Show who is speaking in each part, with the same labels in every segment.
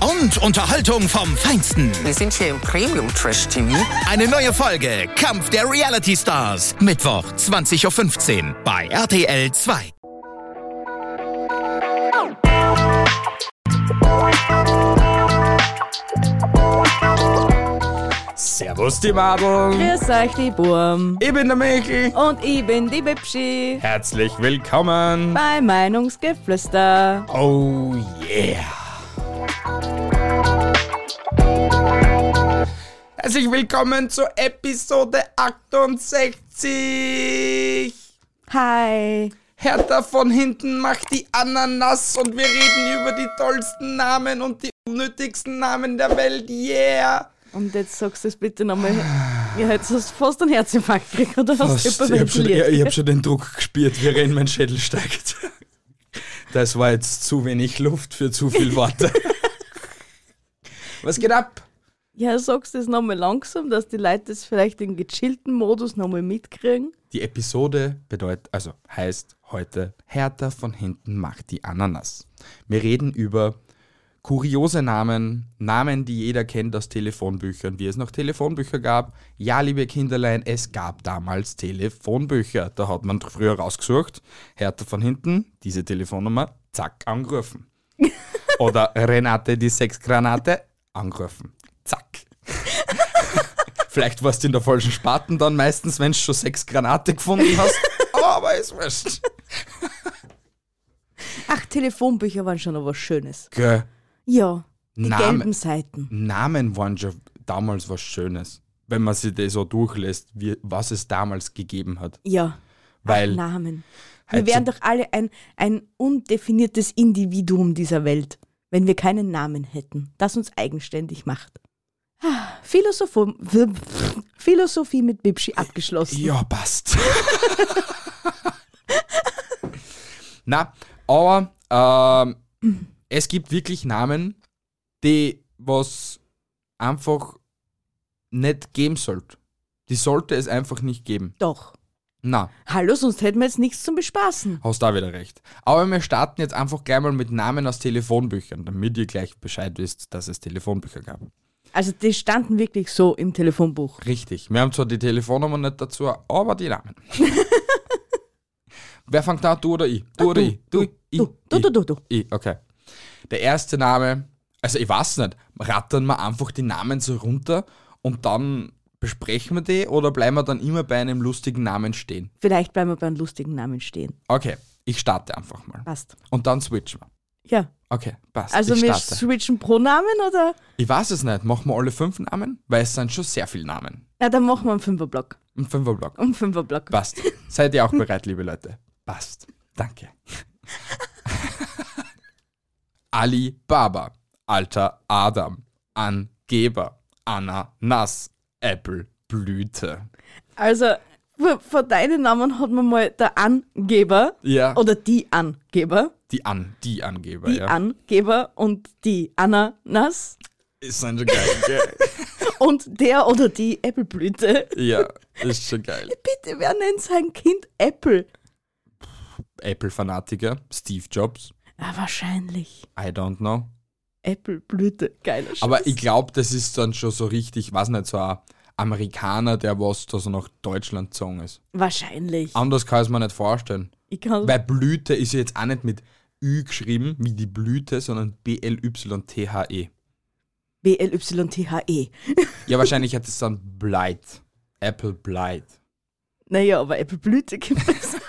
Speaker 1: und Unterhaltung vom Feinsten.
Speaker 2: Wir sind hier im Premium Trash TV.
Speaker 1: Eine neue Folge Kampf der Reality Stars. Mittwoch, 20.15 Uhr bei RTL 2.
Speaker 3: Servus die Madel.
Speaker 4: Grüß euch, die Burm.
Speaker 3: Ich bin der Michi.
Speaker 4: Und ich bin die Bibschi
Speaker 3: Herzlich willkommen.
Speaker 4: bei Meinungsgeflüster.
Speaker 3: Oh yeah. Herzlich willkommen zur Episode 68.
Speaker 4: Hi.
Speaker 3: Hertha von hinten macht die Ananas und wir reden über die tollsten Namen und die unnötigsten Namen der Welt. Yeah.
Speaker 4: Und jetzt sagst du es bitte nochmal. Ja, jetzt hast du fast einen Herzinfarkt gekriegt oder hast
Speaker 3: Fast. Ich habe schon, ich, ich hab
Speaker 4: hyperventiliert.
Speaker 3: schon den Druck gespürt, wie rein mein Schädel steigt. Das war jetzt zu wenig Luft für zu viel Worte. Was geht ab?
Speaker 4: Ja, sagst du es nochmal langsam, dass die Leute das vielleicht im gechillten Modus nochmal mitkriegen.
Speaker 3: Die Episode bedeutet, also heißt heute Hertha von hinten macht die Ananas. Wir reden über kuriose Namen, Namen, die jeder kennt aus Telefonbüchern, wie es noch Telefonbücher gab. Ja, liebe Kinderlein, es gab damals Telefonbücher. Da hat man früher rausgesucht, Hertha von hinten, diese Telefonnummer, zack, angerufen. Oder Renate die Sexgranate, angerufen, zack. Vielleicht warst du in der falschen Spaten dann meistens, wenn du schon sechs Granate gefunden hast. aber, aber ist wurscht.
Speaker 4: Ach, Telefonbücher waren schon noch was Schönes.
Speaker 3: Gell.
Speaker 4: Ja, die
Speaker 3: Name-
Speaker 4: gelben Seiten.
Speaker 3: Namen waren schon damals was Schönes, wenn man sich das so durchlässt, wie, was es damals gegeben hat.
Speaker 4: Ja,
Speaker 3: Weil
Speaker 4: Namen.
Speaker 3: heutzu-
Speaker 4: Ah, Wir wären doch alle ein, ein undefiniertes Individuum dieser Welt, wenn wir keinen Namen hätten, das uns eigenständig macht. Ah, Philosopho Philosophie mit Bibschi abgeschlossen.
Speaker 3: Ja, passt. Na, aber ähm, es gibt wirklich Namen, die was einfach nicht geben sollte. Die sollte es einfach nicht geben.
Speaker 4: Doch.
Speaker 3: Na,
Speaker 4: Hallo, sonst hätten wir jetzt nichts zum Bespaßen.
Speaker 3: hast da wieder recht. Aber wir starten jetzt einfach gleich mal mit Namen aus Telefonbüchern, damit ihr gleich Bescheid wisst, dass es Telefonbücher gab.
Speaker 4: Also die standen wirklich so im Telefonbuch.
Speaker 3: Richtig. Wir haben zwar die Telefonnummer nicht dazu, aber die Namen. Wer fängt an? Du oder ich? Du oder ich? Du, ich,
Speaker 4: Ah, Du, du,
Speaker 3: ich,
Speaker 4: du, du, du.
Speaker 3: Ich, okay. Der erste Name, also ich weiß nicht, rattern wir einfach die Namen so runter und dann besprechen wir die oder bleiben wir dann immer bei einem lustigen Namen stehen?
Speaker 4: Vielleicht bleiben wir bei einem lustigen Namen stehen.
Speaker 3: Okay, ich starte einfach mal.
Speaker 4: Passt.
Speaker 3: Und dann switchen wir.
Speaker 4: Ja.
Speaker 3: Okay, passt.
Speaker 4: Also
Speaker 3: ich
Speaker 4: wir
Speaker 3: starte.
Speaker 4: switchen pro Namen oder?
Speaker 3: Ich weiß es nicht, machen wir alle fünf Namen? Weil es sind schon sehr viele Namen.
Speaker 4: Na, dann machen wir einen Fünferblock.
Speaker 3: Ein Fünferblock.
Speaker 4: Einen Fünferblock.
Speaker 3: Passt. Seid ihr auch bereit, liebe Leute? Passt. Danke. Ali Baba, alter Adam, Angeber, Ananas, Apple, Blüte.
Speaker 4: Also, vor- vor deinen Namen hat man mal der Angeber
Speaker 3: Ja,
Speaker 4: oder die Angeber,
Speaker 3: die An, die Angeber,
Speaker 4: die
Speaker 3: ja.
Speaker 4: Angeber und die Ananas
Speaker 3: Ist schon geil, gell?
Speaker 4: und der oder die Äppelblüte.
Speaker 3: ja, ist schon geil.
Speaker 4: Bitte, wer nennt sein Kind Apple?
Speaker 3: Apple-Fanatiker, Steve Jobs,
Speaker 4: Ah, wahrscheinlich.
Speaker 3: I don't know.
Speaker 4: Äppelblüte, geiler Scheiß.
Speaker 3: Aber ich glaube, das ist dann schon so richtig, weiß nicht, so ein Amerikaner, der was da so nach Deutschland gezogen ist.
Speaker 4: wahrscheinlich.
Speaker 3: Anders kann ich es mir nicht vorstellen.
Speaker 4: Ich kann,
Speaker 3: Weil Blüte ist ja jetzt auch nicht mit Ü geschrieben, wie die Blüte, sondern B-L-Y-T-H-E.
Speaker 4: B-L-Y-T-H-E.
Speaker 3: E. Ja, wahrscheinlich hat es dann Blight. Apple Blight.
Speaker 4: Naja, aber Äppelblüte gibt es.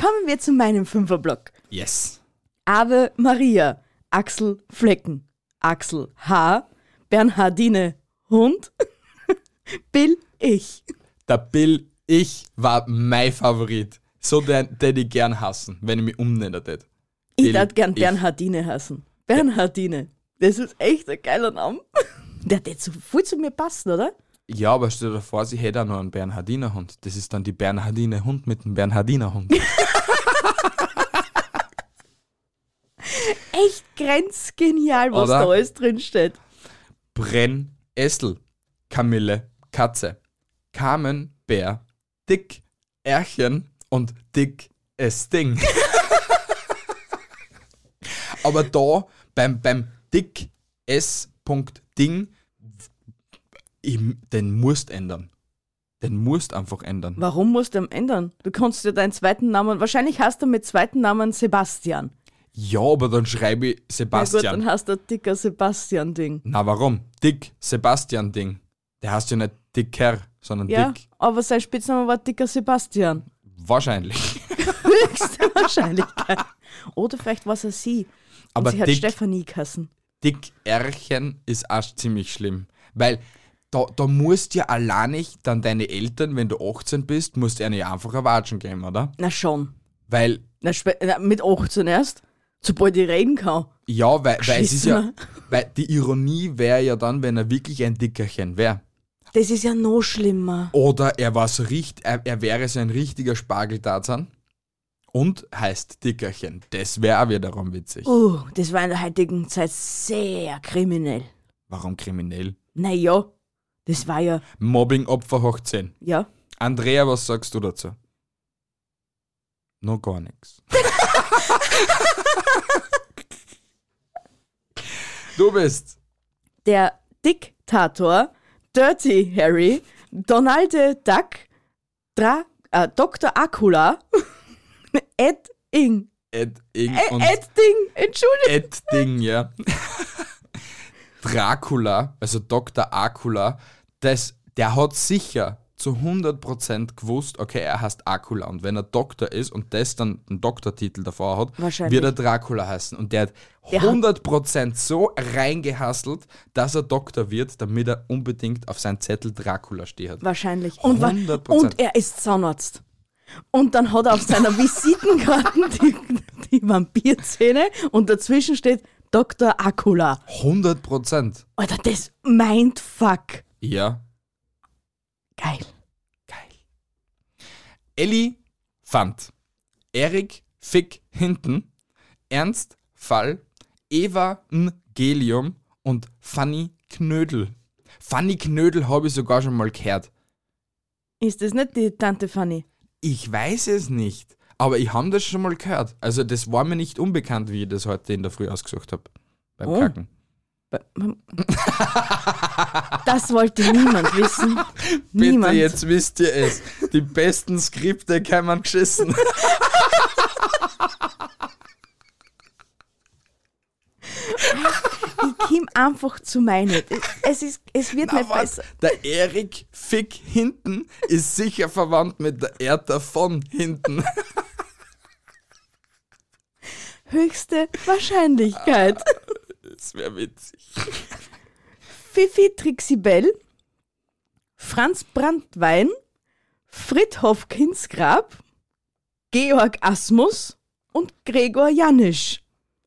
Speaker 4: Kommen wir zu meinem Fünferblock.
Speaker 3: Yes.
Speaker 4: Ave Maria, Axel Flecken, Axel H, Bernhardine Hund, Bill ich.
Speaker 3: Der Bill, ich war mein Favorit. So den, den ich gern hassen, wenn ich mich umnennen tät.
Speaker 4: Ich
Speaker 3: Il-
Speaker 4: darf gern
Speaker 3: ich-
Speaker 4: Bernhardine hassen. Bernhardine. Das ist echt ein geiler Name. Der hätte so voll zu mir passen, oder?
Speaker 3: Ja, aber stell dir vor, sie hätte auch noch einen Bernhardinerhund. Das ist dann die Bernhardinerhund mit dem Bernhardinerhund.
Speaker 4: Echt grenzgenial, was
Speaker 3: Oder?
Speaker 4: da alles drinsteht.
Speaker 3: Brenn, Essel, Kamille, Katze, Carmen, Bär, Dick, Ärchen und Dick, es Ding. Aber da beim, beim Dick, S. Punkt Ding, ich- den musst ändern. Den musst einfach ändern.
Speaker 4: Warum musst du ihn ändern? Du kannst dir deinen zweiten Namen, wahrscheinlich hast du mit zweiten Namen Sebastian.
Speaker 3: Ja, aber dann schreibe ich
Speaker 4: Na gut,
Speaker 3: Sebastian.
Speaker 4: dann hast du ein dicker Sebastian-Ding.
Speaker 3: Na warum? Dick, Sebastian Ding. Der heißt ja nicht Dicker, sondern
Speaker 4: Ja,
Speaker 3: Dick.
Speaker 4: aber sein Spitzname war dicker Sebastian.
Speaker 3: Wahrscheinlich.
Speaker 4: Höchste Wahrscheinlichkeit. Oder vielleicht war es eine sie.
Speaker 3: Aber
Speaker 4: und sie hat
Speaker 3: dick-
Speaker 4: Stefanie kassen.
Speaker 3: Dick Ärchen ist auch ziemlich schlimm. Weil da, da musst ja allein nicht dann deine Eltern, wenn du 18 bist, musst du ihnen ja einfach eine Watschen geben, oder?
Speaker 4: Na schon.
Speaker 3: Weil,
Speaker 4: Na, spä- na, mit 18 erst. Sobald ich reden kann.
Speaker 3: ja, weil, weil es ist ja.
Speaker 4: Geschissener.
Speaker 3: Weil die Ironie wäre ja dann, wenn er wirklich ein Dickerchen wäre.
Speaker 4: Das ist ja noch schlimmer.
Speaker 3: Oder er war so richt, er, er wäre so ein richtiger Spargeltarzan und heißt Dickerchen. Das wäre auch wiederum witzig.
Speaker 4: Uh, das war in der heutigen Zeit sehr kriminell.
Speaker 3: Warum kriminell?
Speaker 4: Naja, das war ja,
Speaker 3: Mobbing-Opfer hoch 10.
Speaker 4: ja.
Speaker 3: Andrea, was sagst du dazu? Noch gar nichts. Du bist
Speaker 4: Der Diktator, Dirty Harry, Donalde Duck, Dra äh, Dr. Akula, Ed Ing.
Speaker 3: Ed Ing
Speaker 4: Ä-
Speaker 3: und
Speaker 4: Ed Ding, Entschuldigung.
Speaker 3: Ed Ding, ja. Dracula, also Dr. Akula, das, der hat sicher zu 100% gewusst, okay, er heißt Akula und wenn er Doktor ist und das dann einen Doktortitel davor hat,
Speaker 4: Wahrscheinlich.
Speaker 3: wird er Dracula heißen und der hat
Speaker 4: Der hat-
Speaker 3: 100% so reingehasselt, dass er Doktor wird, damit er unbedingt auf seinen Zettel Dracula stehen hat.
Speaker 4: Wahrscheinlich. Und, wa-
Speaker 3: 100%.
Speaker 4: und er ist Zahnarzt. Und dann hat er auf seiner Visitenkarte die, die Vampirzähne und dazwischen steht Dr. Akula.
Speaker 3: 100%.
Speaker 4: Alter, das Mindfuck.
Speaker 3: Ja.
Speaker 4: Geil.
Speaker 3: Geil. Elli Fand. Erik Fick hinten. Ernst Fall. Eva Ngelium und Fanny Knödel. Fanny Knödel habe ich sogar schon mal gehört.
Speaker 4: Ist das nicht die Tante Fanny?
Speaker 3: Ich weiß es nicht, aber ich habe das schon mal gehört. Also das war mir nicht unbekannt, wie ich das heute in der Früh ausgesucht habe. Beim
Speaker 4: Oh.
Speaker 3: Kacken.
Speaker 4: Das wollte niemand wissen.
Speaker 3: Bitte,
Speaker 4: niemand.
Speaker 3: jetzt wisst ihr es. Die besten Skripte kann man geschissen.
Speaker 4: Ich komm einfach zu meinen. Es, ist, es wird
Speaker 3: Na
Speaker 4: nicht
Speaker 3: was?
Speaker 4: besser.
Speaker 3: Der Erik Fick hinten ist sicher verwandt mit der Erta von hinten.
Speaker 4: Höchste Wahrscheinlichkeit.
Speaker 3: Das wäre witzig.
Speaker 4: Fifi Trixibel, Franz Brandwein, Frithof Kinsgrab, Georg Asmus und Gregor Janisch.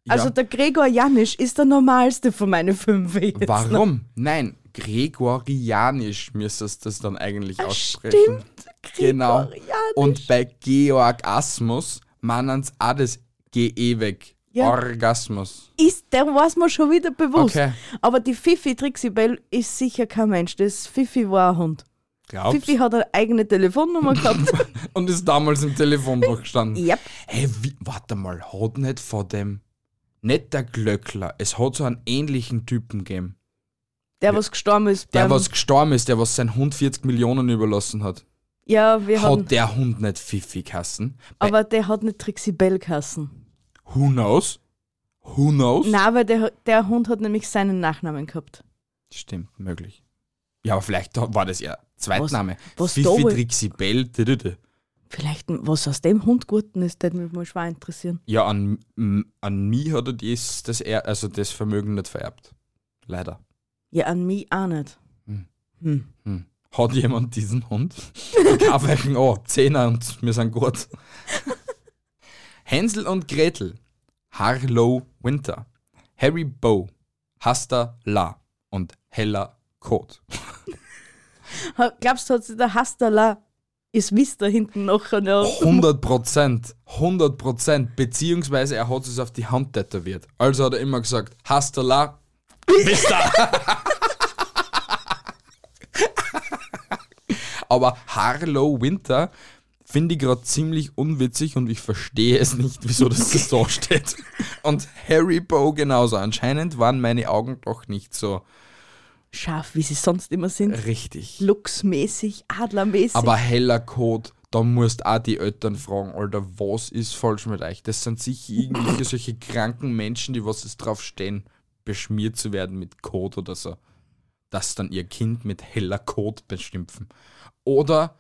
Speaker 4: Also
Speaker 3: Ja.
Speaker 4: der Gregor Janisch ist der normalste von meinen fünf jetzt. noch.
Speaker 3: Warum? Nein, Gregorianisch müsstest du das dann eigentlich aussprechen.
Speaker 4: Ah, Stimmt, Gregor
Speaker 3: Genau.
Speaker 4: Janisch.
Speaker 3: Und bei Georg Asmus mannen's auch das GE weg.
Speaker 4: Ja.
Speaker 3: Orgasmus.
Speaker 4: ist, der war mir schon wieder bewusst.
Speaker 3: Okay.
Speaker 4: Aber die Fifi Trixibel ist sicher kein Mensch. Das Fifi war ein Hund.
Speaker 3: Glaubst
Speaker 4: Fifi hat eine eigene Telefonnummer gehabt.
Speaker 3: Und ist damals im Telefonbuch gestanden.
Speaker 4: Yep.
Speaker 3: Hey, wie, warte mal, hat nicht vor dem, nicht der Glöckler, es hat so einen ähnlichen Typen gegeben.
Speaker 4: Der, was gestorben ist.
Speaker 3: Der,
Speaker 4: beim-
Speaker 3: was gestorben ist, der, was sein Hund 40 Millionen überlassen hat,
Speaker 4: ja, wir hatten,
Speaker 3: hat der Hund nicht Fifi kassen?
Speaker 4: aber der hat nicht Trixibel kassen.
Speaker 3: Who knows? Who knows?
Speaker 4: Nein, weil der, der Hund hat nämlich seinen Nachnamen gehabt.
Speaker 3: Stimmt, möglich. Ja, aber vielleicht war das ja Zweitname.
Speaker 4: was
Speaker 3: Fifi
Speaker 4: da-
Speaker 3: Trixie Bell. dödödö.
Speaker 4: Vielleicht, was aus dem Hund guten ist, das würde mich mal schwer interessieren.
Speaker 3: Ja, an, m- an mich hat er das, das, er, also das Vermögen nicht vererbt. Leider.
Speaker 4: Ja, an mich auch nicht.
Speaker 3: Hm. Hat jemand diesen Hund? oh, Ich kann welchen an. Zehner und wir sind gut. Hänsel und Gretel. Harlow Winter, Harry Bow, Hasta La und Hella Code.
Speaker 4: Ha- Glaubst du, hat sich der Hastala ist Mister hinten noch? an der-
Speaker 3: 100 Prozent, 100 Prozent, beziehungsweise er hat es auf die Hand tätowiert. Also hat er immer gesagt, Hasta La, Mister. Aber Harlow Winter finde ich gerade ziemlich unwitzig und ich verstehe es nicht, wieso das so steht. Und Harry Bow genauso. Anscheinend waren meine Augen doch nicht so
Speaker 4: Scharf, wie sie sonst immer sind.
Speaker 3: richtig.
Speaker 4: Luchsmäßig, adlermäßig.
Speaker 3: Äh. Aber heller Code, da musst auch die Eltern fragen, Alter, was ist falsch mit euch? Das sind sicher irgendwelche solche kranken Menschen, die was es drauf stehen, beschmiert zu werden mit Code oder so. Dass dann ihr Kind mit heller Code beschimpfen. Oder,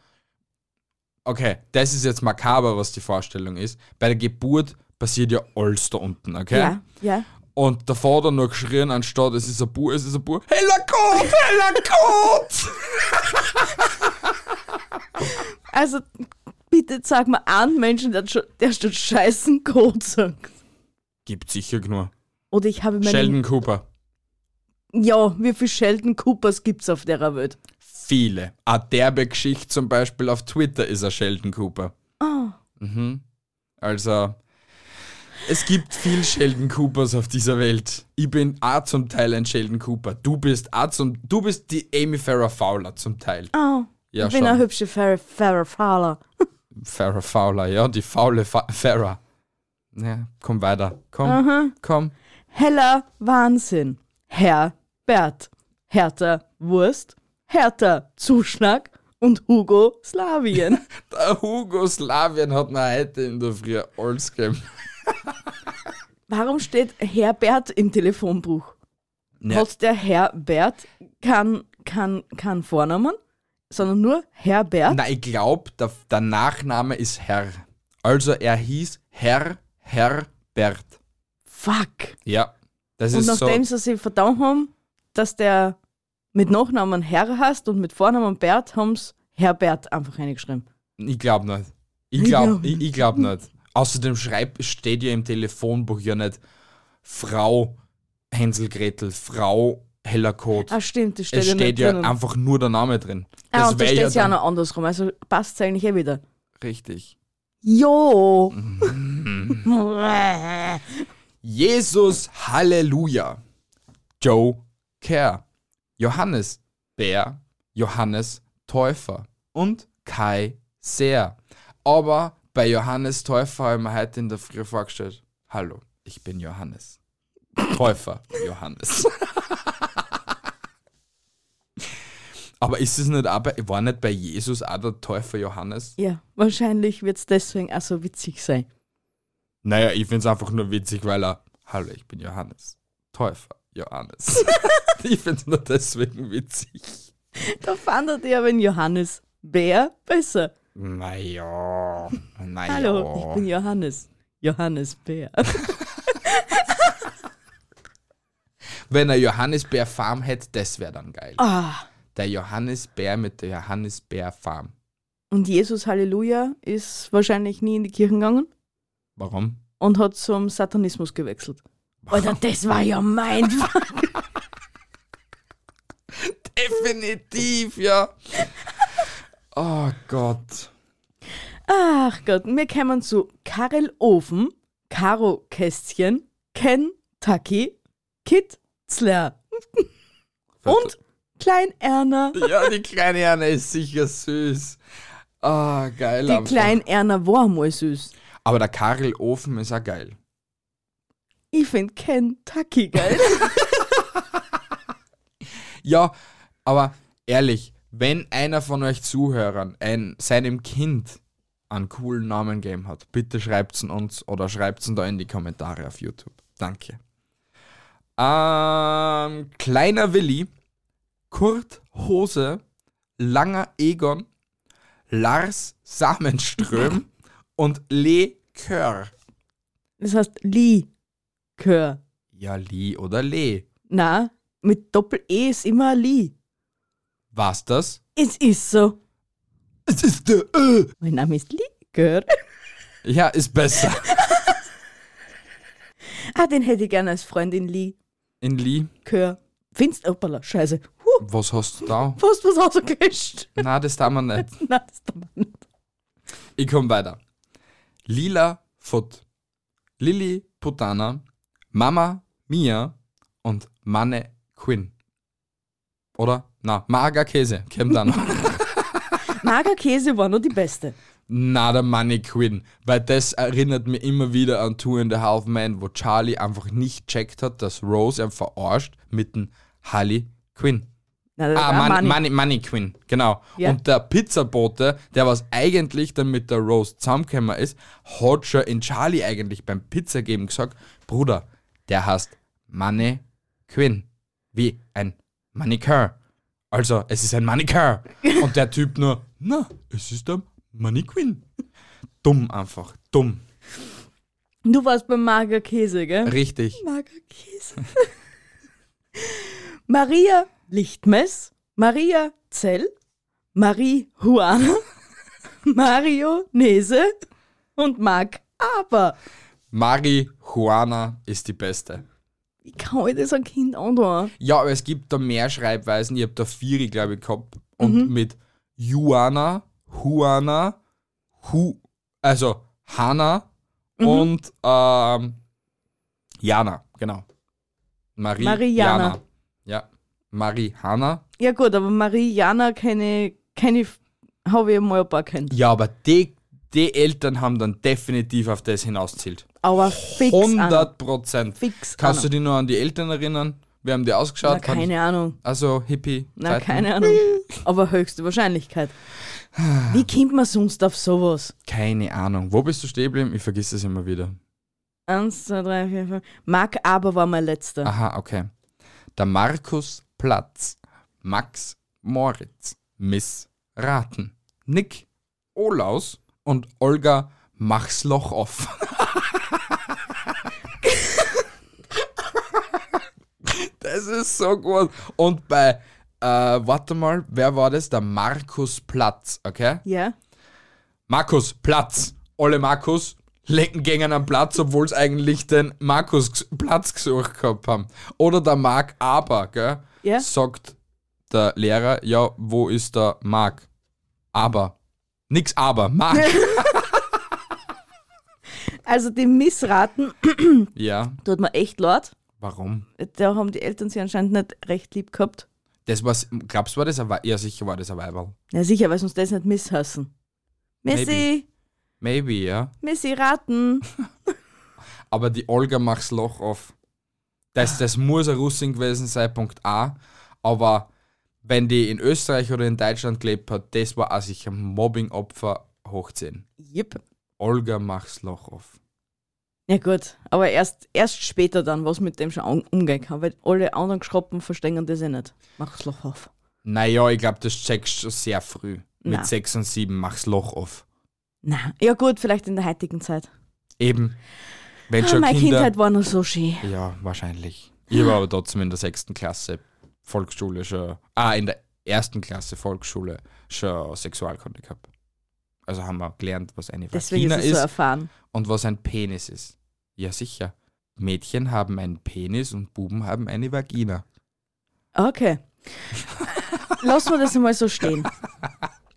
Speaker 3: okay, das ist jetzt makaber, was die Vorstellung ist. Bei der Geburt passiert ja alles da unten, okay?
Speaker 4: ja, ja.
Speaker 3: Und der Vater nur geschrien, anstatt es ist ein Bub, es ist ein Bub. Heller Code, heller Code!
Speaker 4: Also, bitte sag mal einen Menschen, der, schon- der schon scheißen Code sagt.
Speaker 3: Gibt sicher nur.
Speaker 4: Oder ich habe meinen.
Speaker 3: Sheldon Cooper.
Speaker 4: Ja, wie viele Sheldon Coopers gibt's auf der Welt?
Speaker 3: Viele. A derbe Geschichte zum Beispiel auf Twitter ist er Sheldon Cooper.
Speaker 4: Oh.
Speaker 3: Mhm. Also, es gibt viel Sheldon Coopers auf dieser Welt. Ich bin auch zum Teil ein Sheldon Cooper. Du bist auch zum, du bist die Amy Farrah Fowler zum Teil.
Speaker 4: Oh.
Speaker 3: Ja,
Speaker 4: ich bin
Speaker 3: schon.
Speaker 4: eine hübsche Farrah Farrah Fowler.
Speaker 3: Farrah Fowler, ja, die faule Fa Farrah. Ja, komm weiter. Komm, komm.
Speaker 4: Heller Wahnsinn. Herr Bert. Hertha Wurst. Hertha Zuschlag. Und Hugo Slavien.
Speaker 3: Der Hugoslawien hat mir heute in der Früh alles gegeben.
Speaker 4: Warum steht Herr Bert im Telefonbuch? Hat der Herr Bert keinen kein, kein Vornamen, sondern nur Herr Bert?
Speaker 3: Na, ich glaube, der, der Nachname ist Herr. Also er hieß Herr Herbert.
Speaker 4: Fuck.
Speaker 3: Ja. Das
Speaker 4: Und
Speaker 3: ist so.
Speaker 4: nachdem sie sich verdammt haben, dass der mit Nachnamen Herr heißt und mit Vornamen Bert, haben sie Herr Bert einfach reingeschrieben.
Speaker 3: Ich glaube nicht. Ich
Speaker 4: glaub
Speaker 3: glaube ich, ich glaub nicht. Außerdem schreibt, steht ja im Telefonbuch ja nicht Frau Hänsel Gretel, Frau Hellerkot.
Speaker 4: Ah, stimmt, das steht
Speaker 3: Es
Speaker 4: ja
Speaker 3: steht
Speaker 4: nicht
Speaker 3: ja
Speaker 4: drinnen.
Speaker 3: einfach nur der Name drin.
Speaker 4: ah, und da
Speaker 3: wär
Speaker 4: steht ja auch
Speaker 3: dann-
Speaker 4: noch andersrum, also passt es eigentlich eh wieder.
Speaker 3: Richtig.
Speaker 4: Jo!
Speaker 3: Jesus Halleluja. Joe Kerr. Johannes Bär. Johannes Täufer. Und Kai Seer. Aber bei Johannes Täufer haben wir heute in der Früh vorgestellt. Hallo, ich bin Johannes. Täufer Johannes. Aber ist es nicht aber, war nicht bei Jesus auch der Täufer Johannes?
Speaker 4: ja, wahrscheinlich wird es deswegen auch so witzig sein.
Speaker 3: Naja, ich find's einfach nur witzig, weil er, hallo, ich bin Johannes. Täufer, Johannes. ich find's nur deswegen witzig.
Speaker 4: Da fand er ja, wenn Johannes Bär besser.
Speaker 3: Naja, naja.
Speaker 4: Hallo, ich bin Johannes. Johannes Bär.
Speaker 3: Wenn er Johannisbär Farm hätte, das wäre dann geil.
Speaker 4: ah.
Speaker 3: Der Johannisbär mit der Johannisbär Farm.
Speaker 4: Und Jesus Halleluja ist wahrscheinlich nie in die Kirchen gegangen
Speaker 3: Warum?
Speaker 4: und hat zum Satanismus gewechselt. Alter, das war ja mein.
Speaker 3: Definitiv, ja. Oh Gott.
Speaker 4: Ach Gott, wir kommen zu Karel Ofen, Karo Kästchen, Ken Taki, Kit Zler und Klein Erna.
Speaker 3: Ja, die kleine Anna ist sicher süß. Ah, geil.
Speaker 4: Die
Speaker 3: einfach.
Speaker 4: Klein Erna war mal süß.
Speaker 3: Aber der Karel Ofen ist auch geil.
Speaker 4: Ich find Ken Taki geil.
Speaker 3: Ja, aber ehrlich, wenn einer von euch Zuhörern ein, seinem Kind einen coolen Namen gegeben hat, bitte schreibt's ihn uns oder schreibt's ihn da in die Kommentare auf YouTube. Danke. Ähm, kleiner Willi, Kurt Hose, Langer Egon, Lars Samenström und Le Kör.
Speaker 4: Das heißt Likör.
Speaker 3: Ja, Li oder Le.
Speaker 4: Na, mit Doppel-E ist immer Li.
Speaker 3: War's das?
Speaker 4: Es ist so.
Speaker 3: Es ist der Ö.
Speaker 4: Mein Name ist Likör.
Speaker 3: Ja, ist besser.
Speaker 4: Ah, den hätte ich gerne als Freundin Lee.
Speaker 3: In Lee,
Speaker 4: Gehör. Findest Opala, scheiße. Huh,
Speaker 3: was hast du da?
Speaker 4: fast was rausgelöscht.
Speaker 3: Na, das darf man nicht.
Speaker 4: Nein, das ist der Mann.
Speaker 3: Ich komme weiter. Lila Foot, Lilly Putana, Mama Mia und Manne Quinn. Oder? Na, Mager Käse. Käm dann.
Speaker 4: Magerkäse war noch die beste.
Speaker 3: Na, der Manne Quinn. Weil das erinnert mich immer wieder an Two and a Half Man, wo Charlie einfach nicht checkt hat, dass Rose ihn verarscht mit dem Harley Quinn.
Speaker 4: Na,
Speaker 3: Ah,
Speaker 4: ah,
Speaker 3: Money,
Speaker 4: Mann.
Speaker 3: Money, Money Queen, genau.
Speaker 4: Ja.
Speaker 3: Und der Pizzabote, der was eigentlich dann mit der Rose zusammengekommen ist, hat schon in Charlie eigentlich beim Pizzageben gesagt, Bruder, der heißt Money Queen. Wie ein Manicure. Also, es ist ein Manicure. Und der Typ nur, na, es ist der Money Queen. Dumm einfach, dumm.
Speaker 4: Du warst beim Magerkäse, gell?
Speaker 3: Richtig.
Speaker 4: Magerkäse. Maria Lichtmess, Maria Zell, Marie Juana, Mario Nese und Marc Aber.
Speaker 3: Marihuana ist die beste.
Speaker 4: Wie kann ich das ein Kind antun?
Speaker 3: Ja, aber es gibt da mehr Schreibweisen. Ich habe da vier, glaube ich, gehabt. Und
Speaker 4: Mhm.
Speaker 3: mit Juana, Juana, Hu, also Hanna
Speaker 4: Mhm.
Speaker 3: und ähm, Jana, genau. Marie,
Speaker 4: Mariana.
Speaker 3: Jana. Ja, Marie, Hanna.
Speaker 4: Ja gut, aber Mariana keine, keine, habe ich mal ein paar kennt.
Speaker 3: Ja, aber die, die Eltern haben dann definitiv auf das hinauszielt.
Speaker 4: Aber fix Anna.
Speaker 3: 100 Prozent.
Speaker 4: Fix
Speaker 3: Kannst
Speaker 4: Anna.
Speaker 3: du dich noch an die Eltern erinnern? Wir haben die ausgeschaut.
Speaker 4: Na, keine Ahnung.
Speaker 3: Also Hippie.
Speaker 4: Na, keine Ahnung. Aber höchste Wahrscheinlichkeit. Wie kommt man sonst auf sowas?
Speaker 3: Keine Ahnung. Wo bist du stehen geblieben? Ich vergesse es immer wieder.
Speaker 4: Eins, zwei, drei, vier, fünf. Marc Aber war mein letzter.
Speaker 3: Aha, okay. Der Markus Platz, Max Moritz, Miss Raten, Nick Olaus und Olga Mach's Loch auf. das ist so gut. Und bei, äh, warte mal, wer war das? Der Markus Platz, okay?
Speaker 4: Ja?
Speaker 3: Markus, Platz. Alle Markus lecken gängen am Platz, obwohl es eigentlich den Markus gs- Platz gesucht gehabt haben. Oder der Mark Aber, gell?
Speaker 4: Ja?
Speaker 3: Sagt der Lehrer, ja, wo ist der Mark? Aber. Nix aber, Mark.
Speaker 4: Also die Missraten
Speaker 3: ja,
Speaker 4: tut mir echt leid.
Speaker 3: warum?
Speaker 4: Da haben die Eltern sie anscheinend nicht recht lieb gehabt.
Speaker 3: Das war's, glaubst du, war das ein Wei- Ja, sicher war das ein Weiberl.
Speaker 4: Ja sicher, weil sonst das nicht misshassen. Missy,
Speaker 3: Maybe. Maybe, ja.
Speaker 4: Missy Raten.
Speaker 3: Aber die Olga macht's Loch auf. Das, das muss ein Russin gewesen sein, Punkt A. Aber wenn die in Österreich oder in Deutschland gelebt hat, das war auch sicher Mobbing-Opfer hochziehen.
Speaker 4: Yep.
Speaker 3: Olga macht's Loch auf.
Speaker 4: Ja gut, aber erst, erst später dann, was mit dem schon an- umgehen kann, weil alle anderen Schroppen verstehen das eh nicht. Mach's Loch auf.
Speaker 3: Naja, ich glaube, das checkst du schon sehr früh.
Speaker 4: Na.
Speaker 3: Mit 6 und 7 mach's Loch auf.
Speaker 4: Na, ja gut, vielleicht in der heutigen Zeit.
Speaker 3: Eben. Wenn
Speaker 4: Ah,
Speaker 3: schon
Speaker 4: meine
Speaker 3: Kinder.
Speaker 4: Kindheit war noch so schön.
Speaker 3: Ja, wahrscheinlich. Ich war aber trotzdem in der sechsten Klasse Volksschule schon, ah, in der ersten Klasse Volksschule schon Sexualkunde gehabt. Also haben wir gelernt, was eine
Speaker 4: Deswegen
Speaker 3: Vagina
Speaker 4: ist es
Speaker 3: ist,
Speaker 4: so erfahren.
Speaker 3: und was ein Penis ist. Ja, sicher. Mädchen haben einen Penis und Buben haben eine Vagina.
Speaker 4: Okay. Lassen wir das einmal so stehen.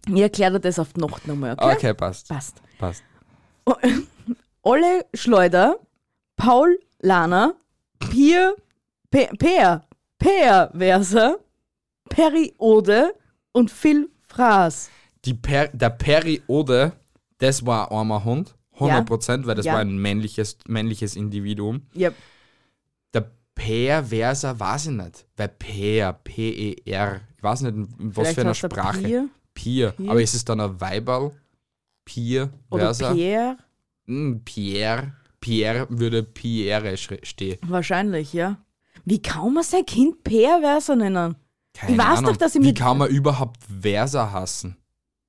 Speaker 4: Ich erkläre dir das auf die Nacht nochmal, okay?
Speaker 3: Okay, passt.
Speaker 4: Passt.
Speaker 3: Passt.
Speaker 4: Olle Schleuder, Paul Lana, Pier, Pe- Peer, Peer Verser, Periode und Phil Fraß.
Speaker 3: Die per der Periode, das war ein armer Hund, 100%, weil das
Speaker 4: Ja.
Speaker 3: war ein männliches, männliches Individuum.
Speaker 4: Yep.
Speaker 3: Der Perverser weiß ich nicht. Weil Per, P-E-R. Ich weiß nicht, in was
Speaker 4: Vielleicht
Speaker 3: für eine
Speaker 4: heißt er
Speaker 3: Sprache.
Speaker 4: Pier.
Speaker 3: Pier.
Speaker 4: Pier.
Speaker 3: Aber ist es dann ein Weiberl? Pier,
Speaker 4: Oder
Speaker 3: Verser?
Speaker 4: Pierre.
Speaker 3: Hm, Pierre. Pierre würde Pierre schre- stehen.
Speaker 4: Wahrscheinlich, ja. Wie kann man sein Kind Peer Verser nennen?
Speaker 3: Keine
Speaker 4: Ich weiß
Speaker 3: Ahnung.
Speaker 4: doch, dass ich
Speaker 3: Wie
Speaker 4: mit-
Speaker 3: kann man überhaupt Verser hassen?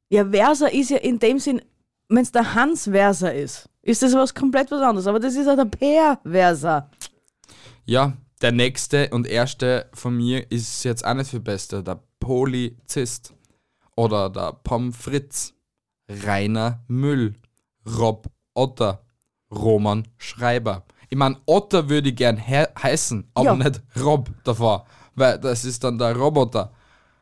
Speaker 4: Ja, Verser ist ja in dem Sinn, wenn es der Hans Verser ist, ist das was komplett was anderes. Aber das ist ja der Peer Verser.
Speaker 3: Ja, der nächste und erste von mir ist jetzt auch nicht viel besser. Der Polizist. Oder der Pommes Fritz. Rainer Müll. Rob Otter. Roman Schreiber. Ich meine, Otter würde ich gern he heißen, aber
Speaker 4: Ja.
Speaker 3: nicht Rob davor, weil das ist dann der Roboter.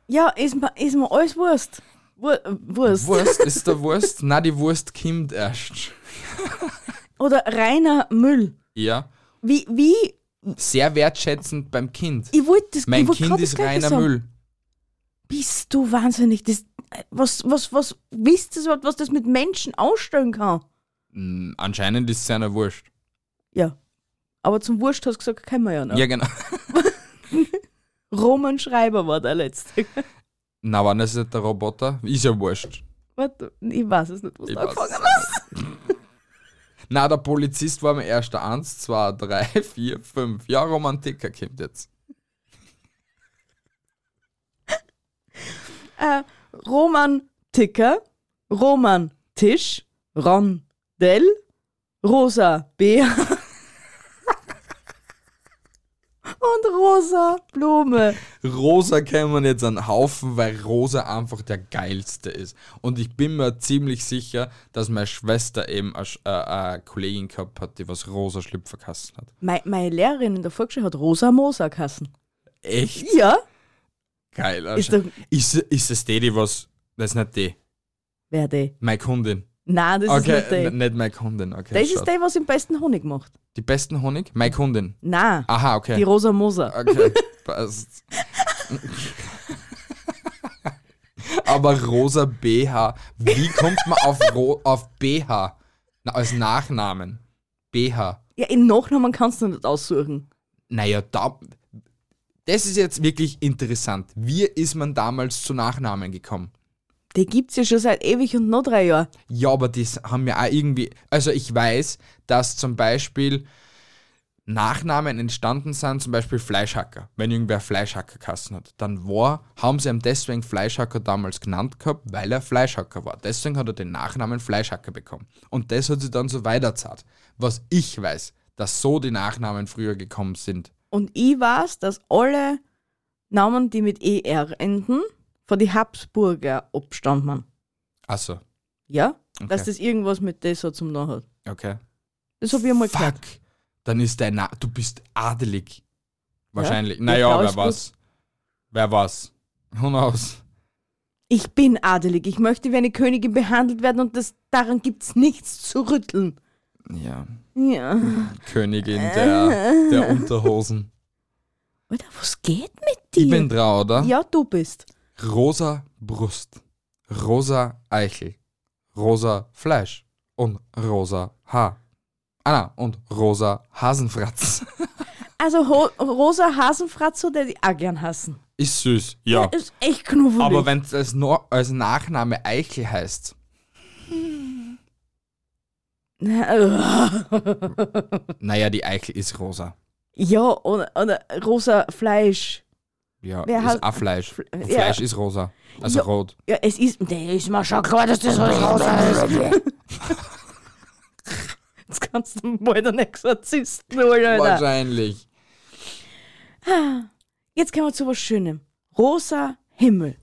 Speaker 4: Ja, ist mir, ist mir alles Wurst. Wur, äh, Wurst.
Speaker 3: Wurst ist der Wurst? Na, die Wurst kommt erst.
Speaker 4: Oder reiner Müll.
Speaker 3: Ja.
Speaker 4: Wie, wie,
Speaker 3: Sehr wertschätzend beim Kind.
Speaker 4: ich wollte das ich
Speaker 3: mein
Speaker 4: wollte
Speaker 3: Kind
Speaker 4: gerade
Speaker 3: ist
Speaker 4: das Gleiche
Speaker 3: reiner
Speaker 4: sagen.
Speaker 3: Müll.
Speaker 4: Bist du wahnsinnig? Das, was, was, was, wisst ihr überhaupt, was das mit Menschen ausstellen kann?
Speaker 3: Hm, Anscheinend ist es einer Wurst.
Speaker 4: Ja. Aber zum Wurst hast du gesagt, kennen wir ja noch.
Speaker 3: Ja, genau.
Speaker 4: Roman Schreiber war der letzte.
Speaker 3: Na, wann ist nicht der Roboter? Ist ja Wurst.
Speaker 4: Warte, ich weiß es nicht, was
Speaker 3: Ich
Speaker 4: du
Speaker 3: weiß
Speaker 4: angefangen
Speaker 3: es
Speaker 4: hast.
Speaker 3: Na, der Polizist war mein erster. Eins, zwei, drei, vier, fünf. Ja, Romantiker kommt jetzt.
Speaker 4: Äh, Roman Ticker, Roman Tisch, Ron Dell, Rosa Bär und Rosa Blume.
Speaker 3: Rosa kann man jetzt einen Haufen, weil Rosa einfach der geilste ist. Und ich bin mir ziemlich sicher, dass meine Schwester eben eine, Sch- äh, eine Kollegin gehabt hat, die was Rosa Schlüpfer kassen hat.
Speaker 4: Mei, meine Lehrerin in der Volksschule hat Rosa Moser kassen.
Speaker 3: Echt
Speaker 4: Ja?
Speaker 3: geil.
Speaker 4: Ist
Speaker 3: anscheinend. Ist, ist es die, die was. Das ist nicht die.
Speaker 4: Wer die?
Speaker 3: Meine Kundin.
Speaker 4: Nein, das
Speaker 3: okay,
Speaker 4: ist nicht
Speaker 3: n-
Speaker 4: die.
Speaker 3: nicht meine Kundin. Okay,
Speaker 4: Das ist
Speaker 3: schade.
Speaker 4: der, was im besten Honig macht.
Speaker 3: Die besten Honig? Meine Kundin.
Speaker 4: Nein,
Speaker 3: Aha, okay. Äh.
Speaker 4: die Rosa Moser.
Speaker 3: Okay, passt. Aber rosa BH, wie kommt man auf, Ro auf BH? Na, als Nachnamen. BH.
Speaker 4: Ja, in Nachnamen kannst du nicht aussuchen.
Speaker 3: Naja, da. Das ist jetzt wirklich interessant. Wie ist man damals zu Nachnamen gekommen?
Speaker 4: Die gibt's ja schon seit ewig und noch drei Jahren.
Speaker 3: Ja, aber das haben wir auch irgendwie. Also ich weiß, dass zum Beispiel Nachnamen entstanden sind, zum Beispiel Fleischhacker. Wenn irgendwer Fleischhacker kassen hat, dann war, haben sie ihn deswegen Fleischhacker damals genannt gehabt, weil er Fleischhacker war. Deswegen hat er den Nachnamen Fleischhacker bekommen. Und das hat sie dann so weiterzahlt. Was ich weiß, dass so die Nachnamen früher gekommen sind.
Speaker 4: Und ich weiß, dass alle Namen, die mit ER enden, von den Habsburger abstammen.
Speaker 3: Achso,
Speaker 4: Ja? Dass das irgendwas mit das so zum Nach hat.
Speaker 3: okay.
Speaker 4: Das habe ich einmal
Speaker 3: Fuck.
Speaker 4: gehört.
Speaker 3: Dann ist dein Na du bist adelig. Wahrscheinlich.
Speaker 4: Ja,
Speaker 3: Naja,
Speaker 4: ja,
Speaker 3: wer
Speaker 4: ist gut.
Speaker 3: was? Wer was? Who knows?
Speaker 4: Ich bin adelig. Ich möchte wie eine Königin behandelt werden und das, daran gibt's nichts zu rütteln.
Speaker 3: Ja.
Speaker 4: Ja.
Speaker 3: Königin der, der Unterhosen.
Speaker 4: Alter, was geht mit dir?
Speaker 3: Ich bin dran, oder?
Speaker 4: ja, du bist.
Speaker 3: Rosa Brust, rosa Eichel, rosa Fleisch und rosa Haar. Anna und rosa Hasenfratz.
Speaker 4: Also Ho rosa Hasenfratzo, der die auch gern hassen.
Speaker 3: Ist süß, ja.
Speaker 4: Das ist echt knuffelig.
Speaker 3: Aber wenn es als, No- als Nachname Eichel heißt, naja, die Eichel ist rosa.
Speaker 4: ja, oder, oder rosa Fleisch.
Speaker 3: Ja,
Speaker 4: Wer
Speaker 3: ist
Speaker 4: hat-
Speaker 3: auch Fleisch.
Speaker 4: Fle- ja.
Speaker 3: Fleisch ist rosa. Also
Speaker 4: Ja.
Speaker 3: rot.
Speaker 4: Ja, es ist. Der ist mir schon klar, dass das alles rosa ist. Jetzt kannst du mal den Exorzisten holen, Alter.
Speaker 3: Wahrscheinlich.
Speaker 4: Jetzt kommen wir zu was Schönem. Rosa Himmel.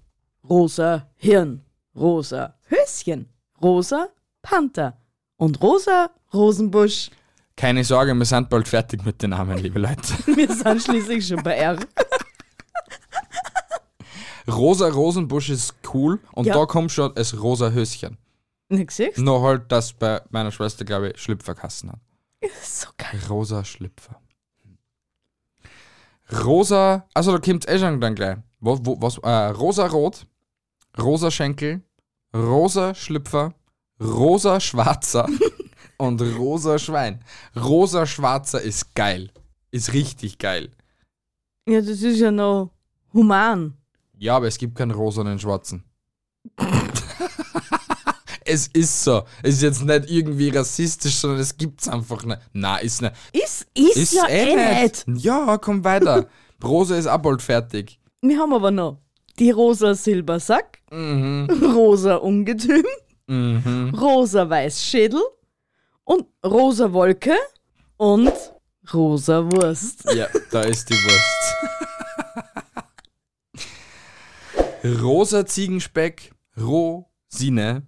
Speaker 4: Rosa Hirn. Rosa Höschen. Rosa Panther. Und rosa Rosenbusch.
Speaker 3: Keine Sorge, wir sind bald fertig mit den Namen, liebe Leute.
Speaker 4: Wir sind schließlich schon bei R.
Speaker 3: Rosa Rosenbusch ist cool und
Speaker 4: Ja.
Speaker 3: da kommt schon das rosa Höschen.
Speaker 4: Nicht siehst?
Speaker 3: Nur halt, dass bei meiner Schwester, glaube ich, Schlüpferkasten hat.
Speaker 4: So geil.
Speaker 3: Rosa Schlüpfer. Rosa, also da kommt eh schon dann gleich. Wo, wo, was, äh, rosa Rot, rosa Schenkel, rosa Schlüpfer, rosa Schwarzer und rosa Schwein. Rosa Schwarzer ist geil. Ist richtig geil.
Speaker 4: Ja, das ist ja noch human.
Speaker 3: Ja, aber es gibt keinen rosanen Schwarzen. es ist so. Es ist jetzt nicht irgendwie rassistisch, sondern es gibt's einfach nicht. Na, ist nicht.
Speaker 4: Ist, ist,
Speaker 3: Ist
Speaker 4: ja eh nicht.
Speaker 3: Ja, komm weiter. Rosa ist auch bald fertig.
Speaker 4: Wir haben aber noch die rosa Silbersack, rosa Ungetüm, rosa Weißschädel und rosa Wolke und rosa Wurst.
Speaker 3: Ja, da ist die Wurst. Rosa Ziegenspeck, Rosine,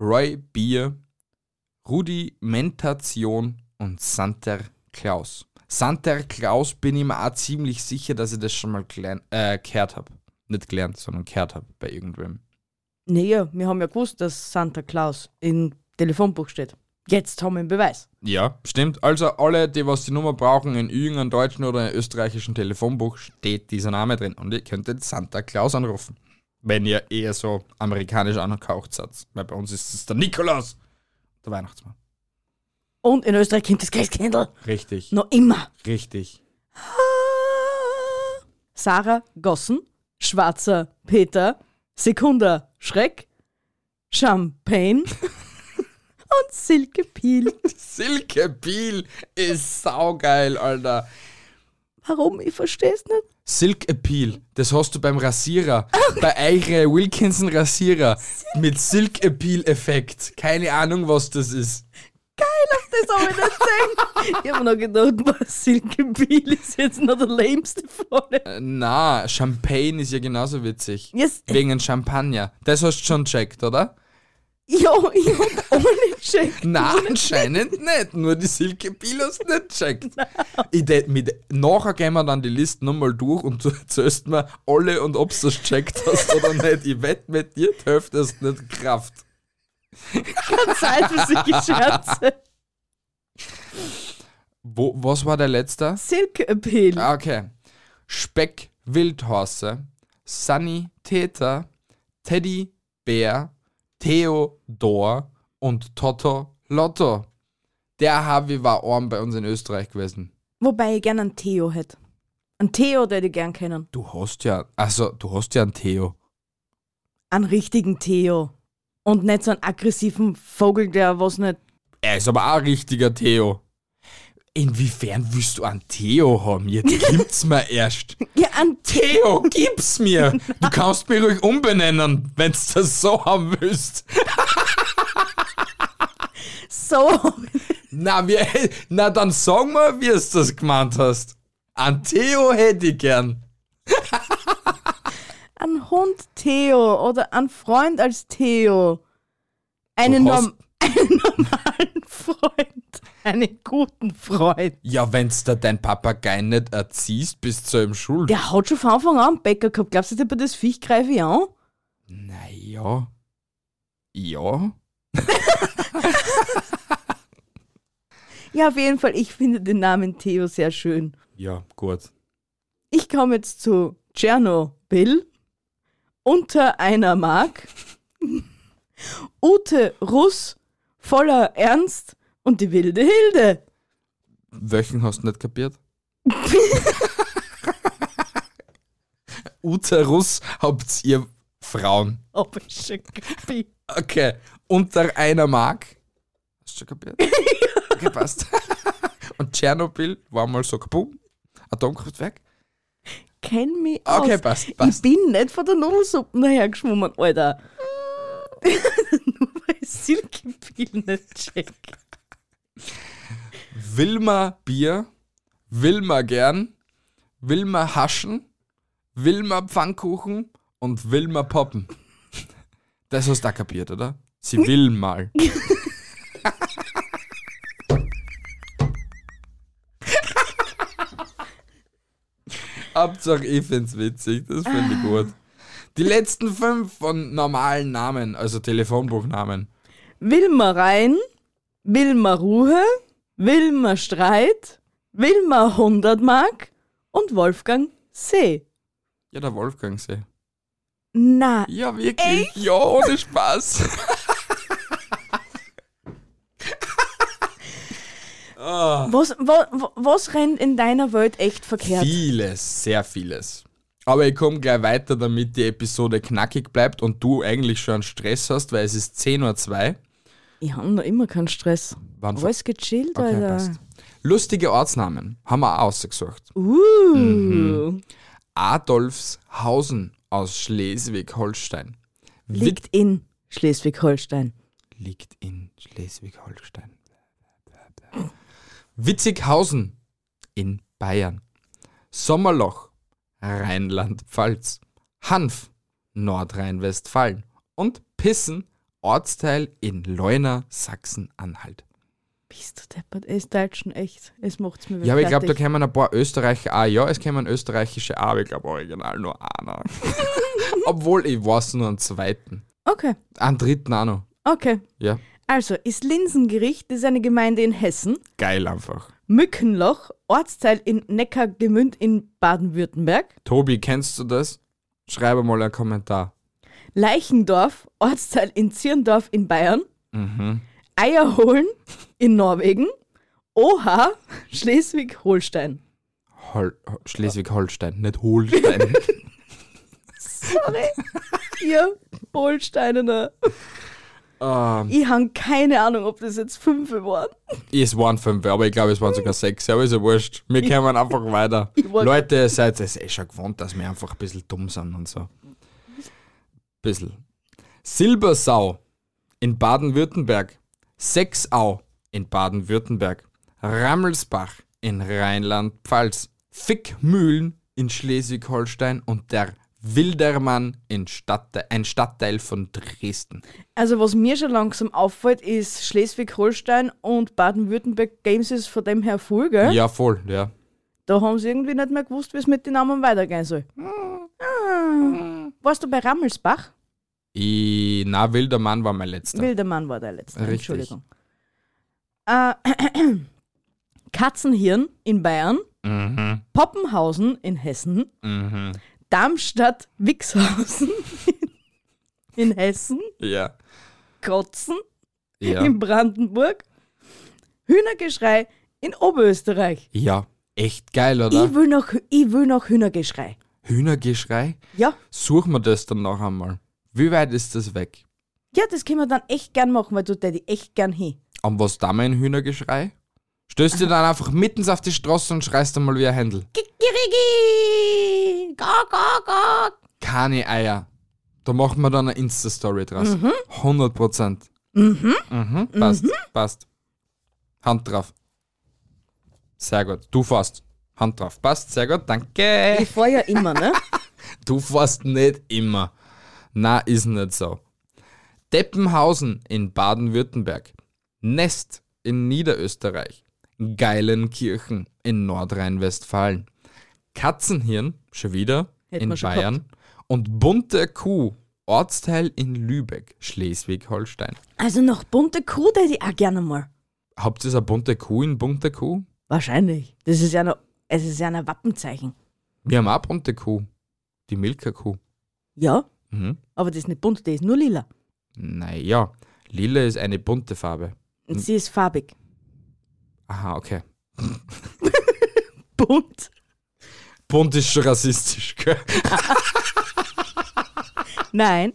Speaker 3: Roy Bier, Rudimentation und Santer Claus. Santa Claus bin ich mir auch ziemlich sicher, dass ich das schon mal gelernt, äh, gehört habe. Nicht gelernt, sondern gehört habe bei irgendwem.
Speaker 4: Naja, wir haben ja gewusst, dass Santa Claus im Telefonbuch steht. Jetzt haben wir einen Beweis.
Speaker 3: Ja, stimmt. Also alle, die was die Nummer brauchen, in irgendeinem deutschen oder in österreichischen Telefonbuch steht dieser Name drin. Und ihr könntet Santa Claus anrufen. Wenn ihr eher so amerikanisch angehaucht seid. Weil bei uns ist es der Nikolaus. Der Weihnachtsmann.
Speaker 4: Und in Österreich kommt das Christkindl
Speaker 3: Richtig.
Speaker 4: noch immer.
Speaker 3: Richtig.
Speaker 4: Sarah Gossen, Schwarzer Peter, Sekunda Schreck, Champagne und Silke Piel.
Speaker 3: Silke Peel ist saugeil, Alter.
Speaker 4: Warum? Ich verstehe es nicht.
Speaker 3: Silk Appeal, das hast du beim Rasierer, bei eure Wilkinson Rasierer mit Silk Appeal Effekt. Keine Ahnung, was das ist.
Speaker 4: Das habe ich nicht gesehen. Ich habe noch gedacht, was Silke Piel ist jetzt noch der lämste vorne.
Speaker 3: Äh, Na, Champagne ist ja genauso witzig.
Speaker 4: Yes.
Speaker 3: Wegen einem Champagner. Das hast du schon gecheckt, oder?
Speaker 4: Jo, ich hab auch nicht gecheckt.
Speaker 3: Na, anscheinend nicht. Nur die Silke Peel hast du nicht gecheckt. Ich tät mit, nachher gehen wir dann die Liste nochmal durch und du erzählst mir alle und ob du es gecheckt hast oder nicht. Ich wette mit dir, die Hälfte hast du nicht Kraft.
Speaker 4: Zeit für solche Scherze.
Speaker 3: Wo, was war der letzte?
Speaker 4: Silke Piel.
Speaker 3: Ah, Okay. Speck, Wildhorse, Sunny, Täter, Teddy, Bär, Theodor und Toto, Lotto. Der Harvey war arm bei uns in Österreich gewesen.
Speaker 4: Wobei ich gern einen Theo hätte. Einen Theo, den ich gern kennen.
Speaker 3: Du hast ja, also du hast ja einen Theo.
Speaker 4: Einen richtigen Theo. Und nicht so einen aggressiven Vogel, der was nicht.
Speaker 3: Er ist aber auch ein richtiger Theo. Inwiefern willst du einen Theo haben? Jetzt gibt's mir erst.
Speaker 4: Ja, einen Theo.
Speaker 3: Theo, gib's mir! Du kannst mich ruhig umbenennen, wenn's das so haben willst.
Speaker 4: So.
Speaker 3: Na, wir, na dann sag mal, wie es das gemeint hast. An Theo hätte ich gern.
Speaker 4: Ein Hund Theo oder ein Freund als Theo. Einen,
Speaker 3: Du hast-
Speaker 4: norm einen normalen Freund. Einen guten Freund.
Speaker 3: Ja, wenn's da dein Papagei nicht erziehst, bist du ihm schuld.
Speaker 4: Der hat schon von Anfang an einen Bäcker gehabt. Glaubst du, bei das Viech greife ich an?
Speaker 3: Na ja. Ja.
Speaker 4: Ja, auf jeden Fall. Ich finde den Namen Theo sehr schön.
Speaker 3: Ja, gut.
Speaker 4: Ich komme jetzt zu Tschernobyl. Unter einer Mark. Ute Russ, voller Ernst und die wilde Hilde.
Speaker 3: Welchen hast du nicht kapiert? Uterus habt ihr Frauen.
Speaker 4: Ob Oh, ich schon kapiert.
Speaker 3: Okay, unter einer Mark. Hast du schon kapiert? Okay, passt. Und Tschernobyl war mal so kaputt. Atomkraftwerk.
Speaker 4: Kenn mich aus.
Speaker 3: Okay, passt, passt.
Speaker 4: Ich bin nicht von der Nudelsuppe hergeschwommen, Alter.
Speaker 3: Äh.
Speaker 4: Nur weil ich Silkepiel nicht check.
Speaker 3: Wilma Bier, Wilma gern, Wilma Haschen, Wilma Pfannkuchen und Wilma Poppen. Das hast du auch kapiert, oder? Sie will mal. Hauptsache, ich find's witzig, das finde ich gut. Die letzten fünf von normalen Namen, also Telefonbuchnamen.
Speaker 4: Wilma Rein, Wilma Ruhe, Wilma Streit, Wilma 100 Mark und Wolfgang See.
Speaker 3: Ja, der Wolfgangsee.
Speaker 4: Na,
Speaker 3: Ja, wirklich. Ja, ohne Spaß. Ah.
Speaker 4: was, wa, wa- was rennt in deiner Welt echt verkehrt?
Speaker 3: Vieles, sehr vieles. Aber ich komme gleich weiter, damit die Episode knackig bleibt und du eigentlich schon Stress hast, weil es ist 10.02 Uhr.
Speaker 4: Ich habe noch immer keinen Stress.
Speaker 3: Wann
Speaker 4: Alles gechillt,
Speaker 3: Okay,
Speaker 4: Alter.
Speaker 3: passt. Lustige Ortsnamen haben wir auch ausgesucht.
Speaker 4: Uh,
Speaker 3: Mhm. Adolfshausen aus Schleswig-Holstein.
Speaker 4: Liegt in Schleswig-Holstein.
Speaker 3: liegt in Schleswig-Holstein. Witzighausen in Bayern. Sommerloch Rheinland-Pfalz. Hanf Nordrhein-Westfalen. Und Pissen Ortsteil in Leuna, Sachsen-Anhalt.
Speaker 4: Bist du deppert? Es teilt schon echt. Es macht's mir
Speaker 3: Ja, aber ich glaube, da
Speaker 4: fertig.
Speaker 3: kämen ein paar Österreicher auch. Ja, es kämen österreichische auch, aber ich glaube original nur einer. Obwohl, ich weiß nur einen zweiten.
Speaker 4: Okay,
Speaker 3: Einen dritten auch noch.
Speaker 4: okay.
Speaker 3: Ja,
Speaker 4: Also, ist Linsengericht, das ist eine Gemeinde in Hessen,
Speaker 3: geil einfach.
Speaker 4: Mückenloch, Ortsteil in Neckargemünd in Baden-Württemberg,
Speaker 3: Tobi, kennst du das? Schreibe mal einen Kommentar.
Speaker 4: Leichendorf, Ortsteil in Zirndorf in Bayern, Eierholen in Norwegen, Oha, Schleswig-Holstein.
Speaker 3: Hol Ho- Schleswig-Holstein, nicht Holstein.
Speaker 4: Sorry, ihr Holsteiner.
Speaker 3: ähm,
Speaker 4: Ich habe keine Ahnung, ob das jetzt fünf waren.
Speaker 3: es waren fünf, aber ich glaube, es waren sogar sechs. Aber ist ja wurscht. Wir kämen einfach weiter.
Speaker 4: wollt-
Speaker 3: Leute, seid es eh schon gewohnt, dass wir einfach ein bisschen dumm sind und so. Bisschen. Silbersau in Baden-Württemberg. Sechsau in Baden-Württemberg. Rammelsbach in Rheinland-Pfalz. Fickmühlen in Schleswig-Holstein und der Wildermann in Stadtteil, ein Stadtteil von Dresden.
Speaker 4: Also was mir schon langsam auffällt, ist Schleswig-Holstein und Baden-Württemberg Games ist von dem her voll, gell?
Speaker 3: Ja, voll, ja.
Speaker 4: Da haben sie irgendwie nicht mehr gewusst, wie es mit den Namen weitergehen soll. Ah. Warst du bei Rammelsbach?
Speaker 3: I, na, wilder Mann war mein letzter.
Speaker 4: Wildermann war der letzte.
Speaker 3: Richtig.
Speaker 4: Entschuldigung. Äh, Katzenhirn in Bayern,
Speaker 3: Mhm.
Speaker 4: Poppenhausen in Hessen, Darmstadt Wixhausen in Hessen,
Speaker 3: ja.
Speaker 4: Krotzen
Speaker 3: Ja.
Speaker 4: in Brandenburg, Hühnergeschrei in Oberösterreich.
Speaker 3: ja, echt geil,
Speaker 4: Ich
Speaker 3: oder?
Speaker 4: will, noch, ich will noch Hühnergeschrei.
Speaker 3: Hühnergeschrei?
Speaker 4: Ja,
Speaker 3: Suchen wir das dann noch einmal. Wie weit ist das weg?
Speaker 4: ja, das können wir dann echt gern machen, weil du täte ich echt gern hin.
Speaker 3: Und was da mein Hühnergeschrei? Stößt du dann einfach mittens auf die Straße und schreist einmal wie ein Händel.
Speaker 4: Kikiriki! Gok, gok, gok!
Speaker 3: Keine Eier. Da machen wir dann eine Insta-Story draus. 100 Prozent. Mhm. Passt, passt. Hand drauf. Sehr gut. Du fährst. Hand drauf. Passt, sehr gut. Danke.
Speaker 4: Ich fahr ja immer, ne?
Speaker 3: Du fährst nicht immer. Na, ist nicht so. Deppenhausen in Baden-Württemberg. Nest in Niederösterreich. Geilenkirchen in Nordrhein-Westfalen. Katzenhirn, schon wieder,
Speaker 4: Hätten
Speaker 3: in
Speaker 4: wir schon
Speaker 3: Bayern. Und Bunte Kuh, Ortsteil in Lübeck, Schleswig-Holstein.
Speaker 4: Also noch bunte Kuh hätte ich auch gerne mal.
Speaker 3: Habt ihr eine bunte Kuh in bunte Kuh?
Speaker 4: Wahrscheinlich. Das ist ja noch, es ist ja ein Wappenzeichen.
Speaker 3: Wir haben auch bunte Kuh. Die Milka-Kuh.
Speaker 4: Ja,
Speaker 3: Mhm.
Speaker 4: aber das ist nicht bunt, das ist nur lila.
Speaker 3: Naja, lila ist eine bunte Farbe.
Speaker 4: Und sie ist farbig.
Speaker 3: Aha, okay.
Speaker 4: Bunt?
Speaker 3: Bunt ist schon rassistisch, gell?
Speaker 4: Nein.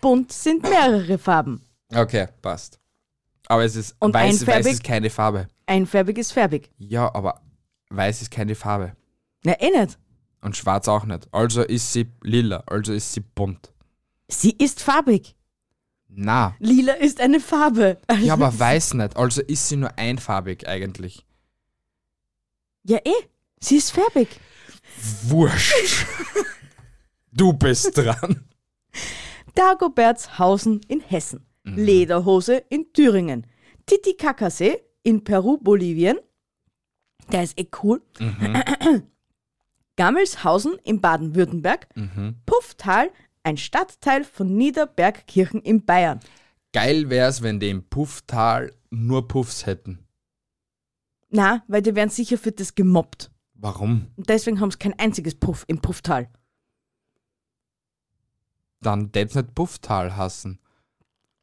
Speaker 4: Bunt sind mehrere Farben.
Speaker 3: Okay, passt. Aber es ist
Speaker 4: Und
Speaker 3: weiß, weiß
Speaker 4: einfärbig?
Speaker 3: ist keine Farbe.
Speaker 4: Einfärbig ist färbig.
Speaker 3: Ja, aber weiß ist keine Farbe.
Speaker 4: Na, eh nicht.
Speaker 3: Und schwarz auch nicht. Also ist sie lila, also ist sie bunt.
Speaker 4: Sie ist farbig.
Speaker 3: Na.
Speaker 4: Lila ist eine Farbe.
Speaker 3: Ja, aber weiß nicht. Also ist sie nur einfarbig eigentlich.
Speaker 4: Ja, eh. Sie ist färbig.
Speaker 3: Wurscht. Du bist dran.
Speaker 4: Dagobertshausen in Hessen, Lederhose in Thüringen, Titicacasee in Peru, Bolivien, der ist eh cool, Gammelshausen in Baden-Württemberg, Pufftal, ein Stadtteil von Niederbergkirchen in Bayern.
Speaker 3: Geil wär's, wenn die im Pufftal nur Puffs hätten.
Speaker 4: Na, weil die werden sicher für das gemobbt.
Speaker 3: Warum?
Speaker 4: Und deswegen haben sie kein einziges Puff im Pufftal.
Speaker 3: Dann darf's nicht Pufftal hassen.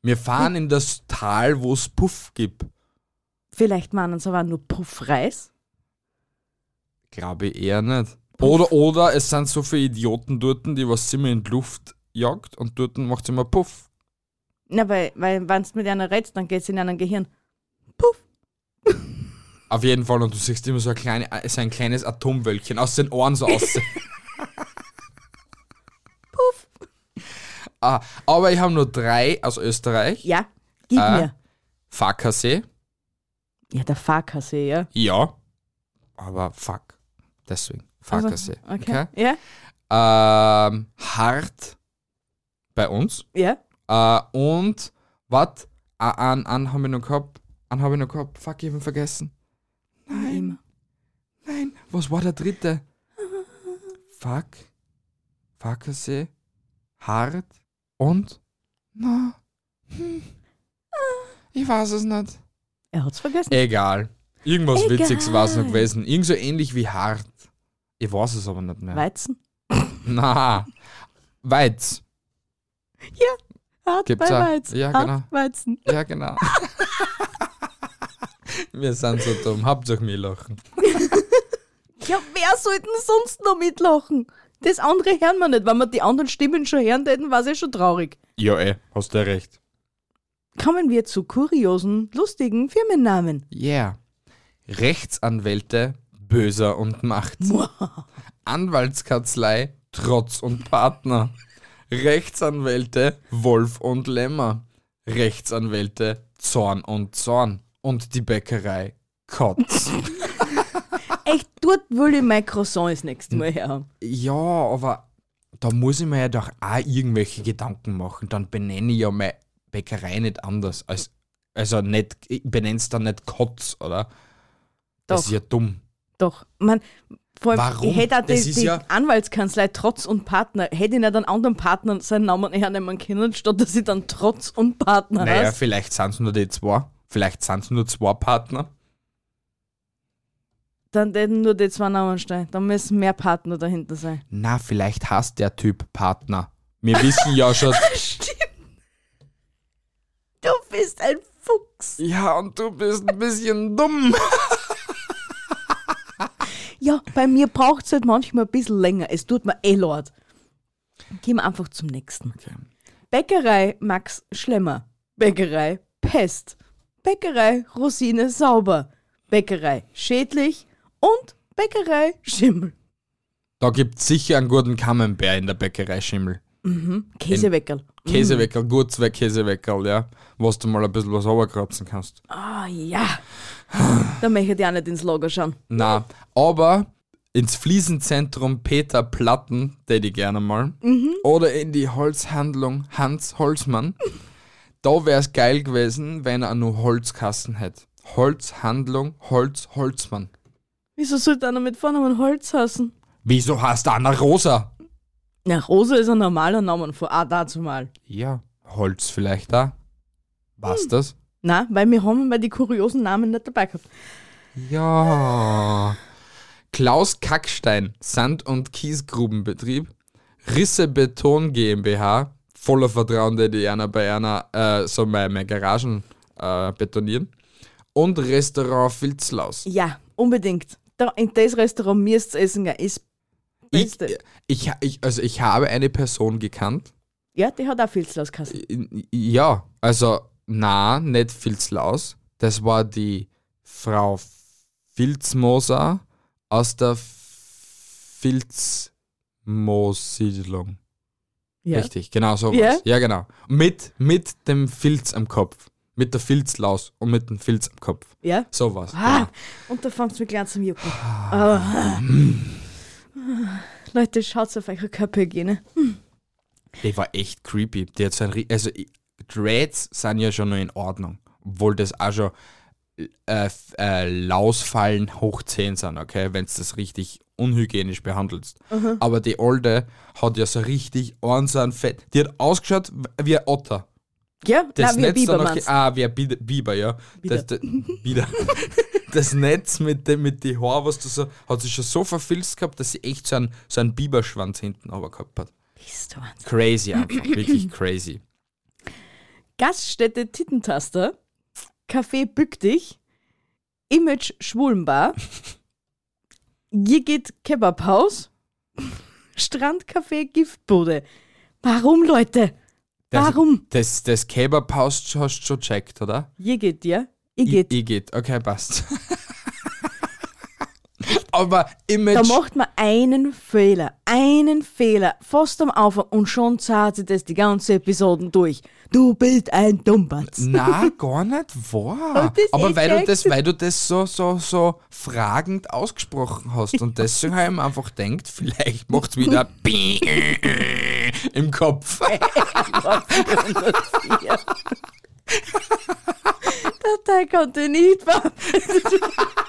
Speaker 3: Wir fahren in das Tal, wo's Puff gibt.
Speaker 4: Vielleicht meinen sie aber nur Puffreis.
Speaker 3: Glaube ich eher nicht. Oder, oder es sind so viele Idioten dort, die was immer in die Luft jagt und dort macht immer Puff.
Speaker 4: Na, weil, weil wenn du mit einer redst, dann geht's in deinem Gehirn. Puff.
Speaker 3: Auf jeden Fall, und du siehst immer so ein, kleine, äh, so ein kleines Atomwölkchen aus den Ohren so aus.
Speaker 4: Puff.
Speaker 3: ah, aber ich habe nur drei aus Österreich.
Speaker 4: Ja, gib
Speaker 3: Ah.
Speaker 4: mir.
Speaker 3: Farkasee,
Speaker 4: Ja, der Fahrkasse, ja.
Speaker 3: ja. Aber fuck. Deswegen. Farkasee.
Speaker 4: Also, Okay. Ja,
Speaker 3: Ähm, Hart bei uns.
Speaker 4: ja.
Speaker 3: Ah, Äh, und was? An, an haben wir noch gehabt? Einen habe ich noch gehabt. Fuck, ich habe ihn vergessen.
Speaker 4: Nein. Immer.
Speaker 3: Nein, was war der dritte? Fuck, Fackersee, Hart und? Na, hm. ich weiß es nicht.
Speaker 4: Er hat's vergessen.
Speaker 3: Egal. Irgendwas
Speaker 4: Egal.
Speaker 3: Witziges war es noch gewesen. Irgend so ähnlich wie Hart. Ich weiß es aber nicht mehr.
Speaker 4: Weizen.
Speaker 3: Na, Weiz.
Speaker 4: Hart
Speaker 3: Gibt's
Speaker 4: bei
Speaker 3: auch.
Speaker 4: Weizen.
Speaker 3: Ja,
Speaker 4: Hart
Speaker 3: genau.
Speaker 4: Weizen.
Speaker 3: Ja, genau. Wir sind so dumm. Hauptsache mir lachen.
Speaker 4: Ja, wer sollte denn sonst noch mitlachen? Das andere hören wir nicht. Wenn wir die anderen Stimmen schon hören täten, war es ja schon traurig.
Speaker 3: Ja, eh, hast du recht.
Speaker 4: Kommen wir zu kuriosen, lustigen Firmennamen.
Speaker 3: Yeah. Rechtsanwälte, Böser und Macht. Anwaltskanzlei, Trotz und Partner. Rechtsanwälte, Wolf und Lämmer. Rechtsanwälte, Zorn und Zorn. Und die Bäckerei, Kotz.
Speaker 4: Echt, dort will ich mein Croissant das
Speaker 3: Hm.
Speaker 4: nächste Mal her.
Speaker 3: Ja, aber da muss ich mir ja doch auch irgendwelche Gedanken machen. Dann benenne ich ja meine Bäckerei nicht anders. Als, also nicht, ich benenne es dann nicht Kotz, oder? Das
Speaker 4: Doch.
Speaker 3: ist ja dumm.
Speaker 4: Doch, man, vor allem,
Speaker 3: Warum?
Speaker 4: ich hätte auch die,
Speaker 3: Das ist
Speaker 4: die
Speaker 3: ja-
Speaker 4: Anwaltskanzlei Trotz und Partner, hätte ich nicht einen anderen Partner seinen Namen hernehmen können, statt dass ich dann Trotz und Partner
Speaker 3: Naja,
Speaker 4: heißt.
Speaker 3: vielleicht sind es nur die zwei. Vielleicht sind es nur zwei Partner.
Speaker 4: Dann hätten nur die zwei Namen stehen. Dann müssen mehr Partner dahinter sein.
Speaker 3: Na, vielleicht hasst der Typ Partner. Wir wissen ja schon.
Speaker 4: Stimmt. Du bist ein Fuchs.
Speaker 3: Ja, und du bist ein bisschen dumm.
Speaker 4: Ja, bei mir braucht es halt manchmal ein bisschen länger. Es tut mir eh leid. Gehen wir einfach zum nächsten. Bäckerei Max Schlemmer. Bäckerei Pest. Bäckerei Rosine Sauber. Bäckerei Schädlich. Und Bäckerei Schimmel.
Speaker 3: Da gibt es sicher einen guten Camembert in der Bäckerei Schimmel.
Speaker 4: Käseweckerl.
Speaker 3: Käseweckerl, gut zwei Käseweckerl, ja. Was du mal ein bisschen was runterkratzen kannst.
Speaker 4: Ah ja. Da möchte ich auch nicht ins Lager schauen.
Speaker 3: Na, aber ins Fliesenzentrum Peter Platten, täte ich gerne mal. Oder in die Holzhandlung Hans Holzmann. da wäre es geil gewesen, wenn er nur Holzkassen hätte. Holzhandlung Holz Holzmann.
Speaker 4: Wieso sollte einer mit Vornamen Holz hassen?
Speaker 3: Wieso hast du Anna Rosa?
Speaker 4: Na, Rosa ist ein normaler Name von ah, dazu mal.
Speaker 3: Ja, Holz vielleicht da. Was das?
Speaker 4: Na, weil wir haben mal die kuriosen Namen nicht dabei gehabt.
Speaker 3: Ja. Klaus Kackstein, Sand- und Kiesgrubenbetrieb, Risse Beton GmbH, voller Vertrauen, der die Erna bei Erna äh, so meine, meine Garagen äh, betonieren, und Restaurant Filzlaus.
Speaker 4: Ja, unbedingt. Da, in das Restaurant müsst ihr essen gehen. Ist
Speaker 3: Ich,
Speaker 4: Beste.
Speaker 3: ich, ich, also ich habe eine Person gekannt,
Speaker 4: ja, die hat auch Filzlauskassen.
Speaker 3: Ja, also na, nicht Filzlaus. Das war die Frau Filzmoser aus der Filzmoosiedlung.
Speaker 4: Ja.
Speaker 3: Richtig, genau so
Speaker 4: Ja.
Speaker 3: was. Ja, genau. Mit, mit dem Filz am Kopf. Mit der Filzlaus und mit dem Filz am Kopf.
Speaker 4: Ja.
Speaker 3: So was.
Speaker 4: Ah,
Speaker 3: Genau.
Speaker 4: und da fängt es mir gleich zum Jucken. Ah. Leute, schaut auf eure ne? Körperhygiene.
Speaker 3: Die war echt creepy. Die hat so ein, ri- also ich- Dreads sind ja schon noch in Ordnung, obwohl das auch schon äh, f- äh, Lausfallen hoch 10 sind, okay, wenn du das richtig unhygienisch behandelst.
Speaker 4: Mhm.
Speaker 3: Aber die Olde hat ja so richtig Ohren Fett. Die hat ausgeschaut wie ein Otter.
Speaker 4: Ja,
Speaker 3: Das
Speaker 4: Nein, wie ein
Speaker 3: Netz dann
Speaker 4: Biber
Speaker 3: noch-
Speaker 4: meinst.
Speaker 3: Ah, wie ein Bi- Biber, ja. Das, das, Biber. das Netz mit dem mit die Haar, was du so, hat sich schon so verfilzt gehabt, dass sie echt so einen, so einen Biberschwanz hinten aber gehabt hat.
Speaker 4: Bist du Wahnsinn.
Speaker 3: Crazy einfach, wirklich crazy.
Speaker 4: Gaststätte Tittentaster, Café Bück dich, Image Schwulenbar, Jigit Kebabhaus, Strandcafé Giftbude. Warum, Leute? Warum?
Speaker 3: Das, das Kebabhaus hast du schon checkt, oder?
Speaker 4: Jigit, ja? Jigit.
Speaker 3: Ich, ich geht. Okay, passt. Aber
Speaker 4: Da
Speaker 3: Image.
Speaker 4: macht man einen Fehler, einen Fehler, fast am Anfang und schon zahlt sie das die ganze Episoden durch. Du bist ein Dummbatz.
Speaker 3: Na, gar nicht wahr.
Speaker 4: Hab das eh
Speaker 3: Aber weil du
Speaker 4: gesagt.
Speaker 3: das, weil du das so, so, so fragend ausgesprochen hast. Und deswegen habe ich mir einfach gedacht, vielleicht macht es wieder im Kopf.
Speaker 4: da, da, Polizei konnte nicht verhaftet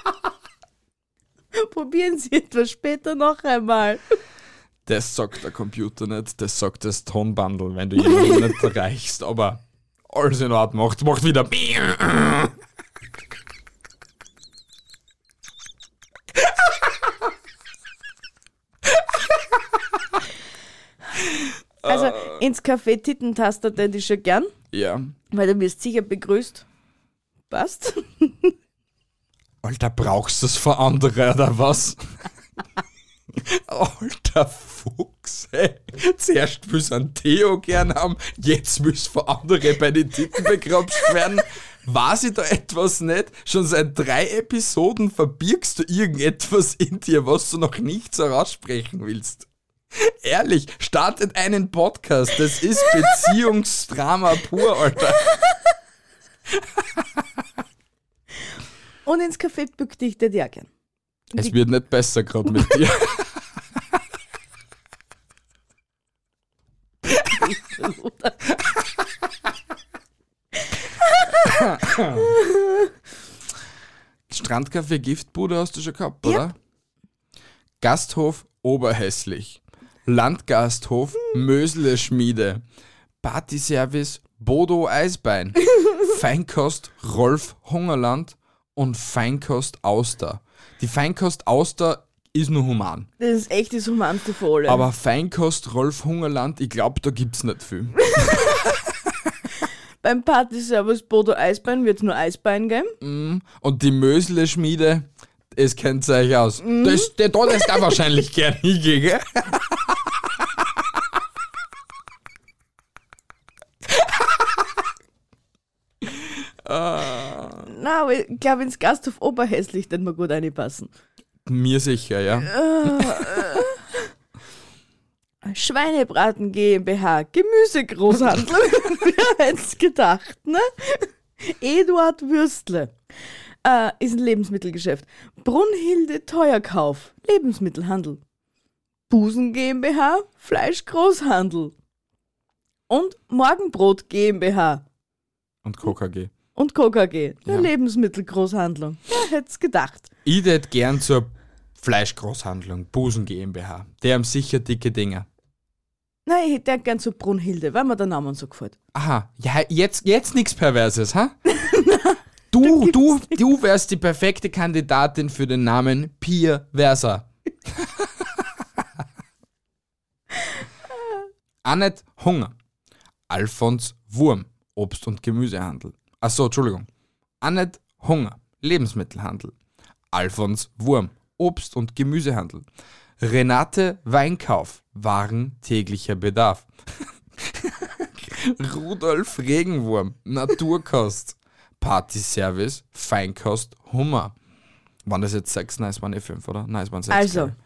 Speaker 4: Probieren Sie etwas später noch einmal.
Speaker 3: Das sagt der Computer nicht, das sagt das Tonbundle, wenn du jemanden nicht erreichst, aber alles in Ordnung, macht, macht wieder.
Speaker 4: Also ins Café Tittentaster hätte ich schon gern,
Speaker 3: Ja.
Speaker 4: weil du wirst sicher begrüßt. Passt.
Speaker 3: Alter, brauchst du es für andere oder was? Alter Fuchs, ey. Zuerst willst du einen Theo gern haben, jetzt willst du für andere bei den Titten begrapscht werden. Weiß ich da etwas nicht? Schon seit drei Episoden verbirgst du irgendetwas in dir, was du noch nicht so raussprechen willst. Ehrlich, startet einen Podcast. Das ist Beziehungsdrama pur, Alter.
Speaker 4: Und ins Café Bück dich hätte ich auch gern.
Speaker 3: Es wird nicht besser gerade mit dir. Strandcafé Giftbude hast du schon gehabt, oder? Gasthof Oberhässlich. Landgasthof Mösle Schmiede. Partyservice Bodo Eisbein. Feinkost Rolf Hungerland und Feinkost Auster. Die Feinkost Auster ist nur human.
Speaker 4: Das ist echt das Humanste von allem.
Speaker 3: Aber Feinkost Rolf Hungerland, ich glaube, da gibt's nicht viel.
Speaker 4: Beim Party-Service Bodo Eisbein wird es nur Eisbein geben.
Speaker 3: Und die Mösle Schmiede, es kennt sich aus. Das, der dort ist da wahrscheinlich gern hingehen, gell?
Speaker 4: Na, aber ich glaube, ins Gasthof Oberhässlich dann mal gut reinpassen.
Speaker 3: Mir sicher, ja.
Speaker 4: Schweinebraten GmbH, Gemüsegroßhandel. Wer hätte es gedacht, ne? Eduard Würstle. Äh, ist ein Lebensmittelgeschäft. Brunhilde Teuerkauf, Lebensmittelhandel. Busen GmbH, Fleischgroßhandel. Und Morgenbrot GmbH
Speaker 3: Und KKG.
Speaker 4: und KKG, eine Lebensmittelgroßhandlung. Wer hätte es gedacht?
Speaker 3: Ich tät gern zur Fleischgroßhandlung, Busen GmbH. Die haben sicher dicke Dinger.
Speaker 4: Nein, ich hätte gern zu Brunhilde, weil mir der Name so gefällt.
Speaker 3: Aha, ja, jetzt, jetzt nichts Perverses, ha? Du, du, du wärst die perfekte Kandidatin für den Namen Pier Versa. Annette Hunger. Alfons Wurm. Obst- und Gemüsehandel. Achso, Entschuldigung. Annette Hunger. Lebensmittelhandel. Alfons Wurm. Obst- und Gemüsehandel. Renate Weinkauf. Waren täglicher Bedarf. Rudolf Regenwurm, Naturkost, Partyservice, Feinkost, Hummer. Waren das jetzt sechs? Nein, es waren eh fünf, oder? Nein, es waren sechs.
Speaker 4: Also,
Speaker 3: glaub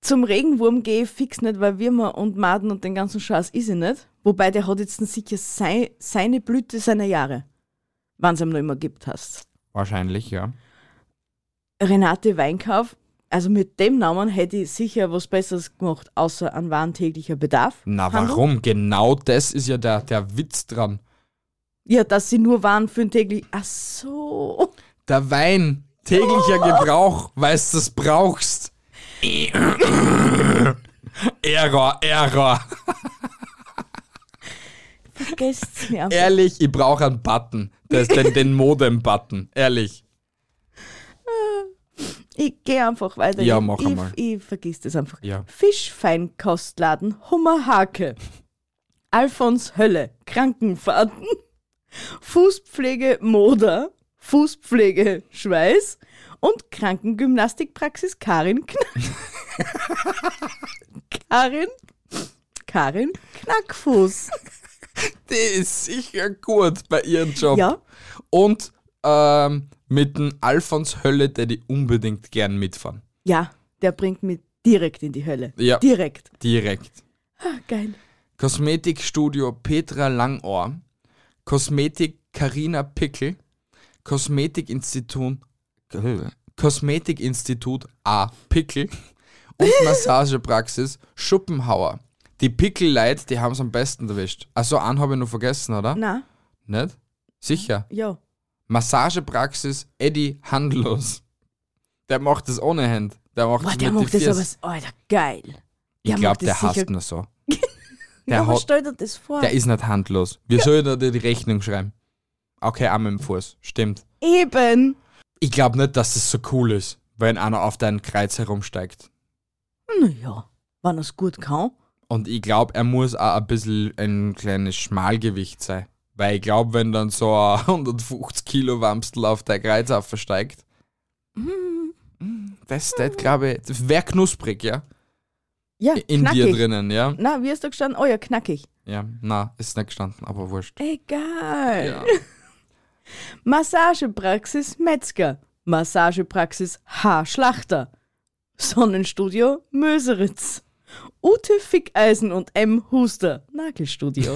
Speaker 4: zum Regenwurm gehe ich fix nicht, weil Würmer und Maden und den ganzen Scheiß ist ich nicht. Wobei der hat jetzt sicher sei, seine Blüte seiner Jahre, wann es ihm noch immer gibt hast.
Speaker 3: ich. Wahrscheinlich, ja.
Speaker 4: Renate Weinkauf, also mit dem Namen hätte ich sicher was Besseres gemacht, außer an warentäglicher Bedarf.
Speaker 3: Na,
Speaker 4: Handel.
Speaker 3: warum? Genau das ist ja der, der Witz dran.
Speaker 4: Ja, dass sie nur Waren für den täglichen. Ach so.
Speaker 3: Der Wein, täglicher Gebrauch, weißt du, das brauchst. Error, Error.
Speaker 4: Vergesst mir.
Speaker 3: Ehrlich, ich brauche einen Button. Das, den den Modem-Button. Ehrlich.
Speaker 4: Ich gehe einfach weiter.
Speaker 3: Ja,
Speaker 4: Ich-
Speaker 3: mach
Speaker 4: ich,
Speaker 3: einmal.
Speaker 4: Ich vergiss das einfach.
Speaker 3: Ja.
Speaker 4: Fischfeinkostladen Hummerhake. Alfons Hölle, Krankenfahrten. Fußpflege Moder. Fußpflege Schweiß. Und Krankengymnastikpraxis Karin Knack. Karin. Karin Knackfuß.
Speaker 3: Die ist sicher gut bei ihrem Job.
Speaker 4: Ja.
Speaker 3: Und ähm, mit dem Alfons Hölle, der die unbedingt gern mitfahren.
Speaker 4: Ja, der bringt mich direkt in die Hölle.
Speaker 3: Ja.
Speaker 4: Direkt.
Speaker 3: Direkt.
Speaker 4: Ah, geil.
Speaker 3: Kosmetikstudio Petra Langohr. Kosmetik Karina Pickel. Kosmetikinstitut. Kosmetikinstitut A. Pickel. Und Massagepraxis Schuppenhauer. Die Pickel-Leute, die haben es am besten erwischt. Also, einen habe ich noch vergessen, oder?
Speaker 4: Na,
Speaker 3: Nicht? Sicher.
Speaker 4: ja.
Speaker 3: Massagepraxis Eddie Handlos. Der macht das ohne Hand. Der macht
Speaker 4: Boah,
Speaker 3: das
Speaker 4: der
Speaker 3: mit
Speaker 4: macht
Speaker 3: den
Speaker 4: das aber,
Speaker 3: Fiers.
Speaker 4: so- Alter, geil.
Speaker 3: Ich
Speaker 4: der
Speaker 3: glaube,
Speaker 4: macht das
Speaker 3: der hasst
Speaker 4: sicher-
Speaker 3: nur so.
Speaker 4: Der
Speaker 3: Der,
Speaker 4: aber
Speaker 3: hat,
Speaker 4: stell dir das vor.
Speaker 3: der ist nicht handlos. Wir sollen da die Rechnung schreiben. Okay, Arm im Fuß. Stimmt.
Speaker 4: Eben.
Speaker 3: Ich glaube nicht, dass es so cool ist, wenn einer auf deinen Kreuz herumsteigt.
Speaker 4: Naja, wenn er es gut kann.
Speaker 3: Und ich glaube, er muss auch ein bisschen ein kleines Schmalgewicht sein. Weil ich glaube, wenn dann so ein 150 Kilo Wamstel auf der Kreuz aufsteigt, das, das glaube ich, das wäre knusprig, ja?
Speaker 4: Ja,
Speaker 3: In
Speaker 4: knackig.
Speaker 3: dir drinnen, ja?
Speaker 4: Na, wie hast du gestanden? Oh ja, knackig.
Speaker 3: Ja, na, ist nicht gestanden, aber wurscht.
Speaker 4: Egal.
Speaker 3: Ja.
Speaker 4: Massagepraxis Metzger. Massagepraxis Haarschlachter. Sonnenstudio Möseritz. Ute Fickeisen und M. Huster. Nagelstudio.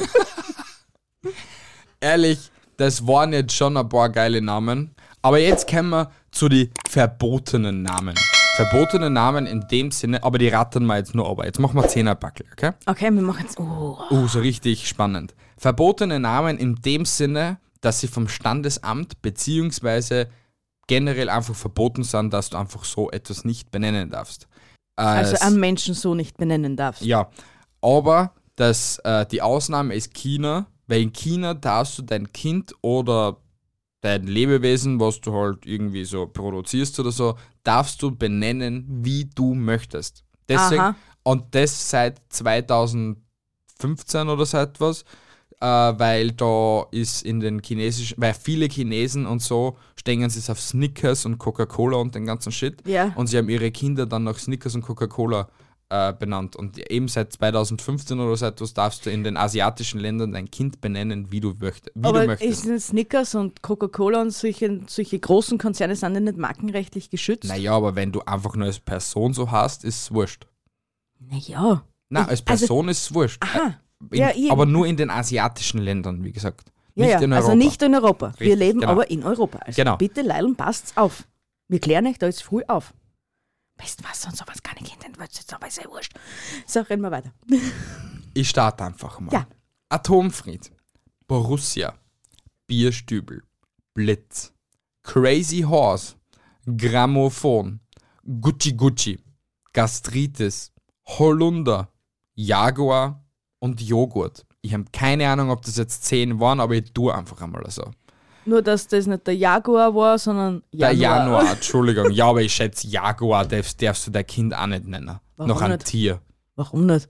Speaker 3: Ehrlich, das waren jetzt schon ein paar geile Namen. Aber jetzt kommen wir zu den verbotenen Namen. Verbotene Namen in dem Sinne, aber die rattern wir jetzt nur ab. Jetzt machen wir Zehnerpackel, okay?
Speaker 4: Okay, wir machen jetzt. Oh.
Speaker 3: Uh, so richtig spannend. Verbotene Namen in dem Sinne, dass sie vom Standesamt beziehungsweise generell einfach verboten sind, dass du einfach so etwas nicht benennen darfst. Äh,
Speaker 4: Also
Speaker 3: es-
Speaker 4: einen Menschen so nicht benennen darfst.
Speaker 3: ja, aber das, äh, die Ausnahme ist China, weil in China darfst du dein Kind oder dein Lebewesen, was du halt irgendwie so produzierst oder so, darfst du benennen, wie du möchtest. Deswegen,
Speaker 4: Aha.
Speaker 3: Und das seit 2015 oder so etwas, äh, weil da ist in den chinesischen, weil viele Chinesen und so stehen sich auf Snickers und Coca-Cola und den ganzen Shit.
Speaker 4: Ja.
Speaker 3: Und sie haben ihre Kinder dann nach Snickers und Coca-Cola äh, benannt. Und eben seit 2015 oder so etwas darfst du in den asiatischen Ländern dein Kind benennen, wie du, möchte, wie du
Speaker 4: Aber
Speaker 3: möchtest.
Speaker 4: ist denn Snickers und Coca-Cola und solche, solche großen Konzerne sind ja nicht markenrechtlich geschützt?
Speaker 3: Naja, aber wenn du einfach nur als Person so hast, ist es wurscht.
Speaker 4: Naja.
Speaker 3: Na,
Speaker 4: Ich-
Speaker 3: als
Speaker 4: also-
Speaker 3: Person ist es wurscht. Äh,
Speaker 4: Aha.
Speaker 3: In,
Speaker 4: Ja, eben.
Speaker 3: aber nur in den asiatischen Ländern, wie gesagt.
Speaker 4: Ja,
Speaker 3: nicht
Speaker 4: ja,
Speaker 3: in Europa.
Speaker 4: also nicht in Europa. Wir
Speaker 3: Richtig,
Speaker 4: leben
Speaker 3: genau.
Speaker 4: aber in Europa. Also
Speaker 3: Genau.
Speaker 4: bitte, Leilon, passt's auf. Wir klären euch da jetzt früh auf. Weißt du was, sonst sowas keine Kinder, dann wird's jetzt aber sehr wurscht. So, reden wir weiter.
Speaker 3: Ich starte einfach mal.
Speaker 4: Ja.
Speaker 3: Atomfried, Borussia, Bierstübel, Blitz, Crazy Horse, Grammophon, Gucci Gucci, Gastritis, Holunder, Jaguar und Joghurt. Ich habe keine Ahnung, ob das jetzt 10 waren, aber ich tue einfach einmal so.
Speaker 4: Nur, dass das nicht der Jaguar war, sondern Januar.
Speaker 3: Der Januar, Entschuldigung. ja, aber ich schätze, Jaguar darfst, darfst du dein Kind auch nicht nennen.
Speaker 4: Warum
Speaker 3: Noch ein
Speaker 4: nicht?
Speaker 3: Tier.
Speaker 4: Warum nicht?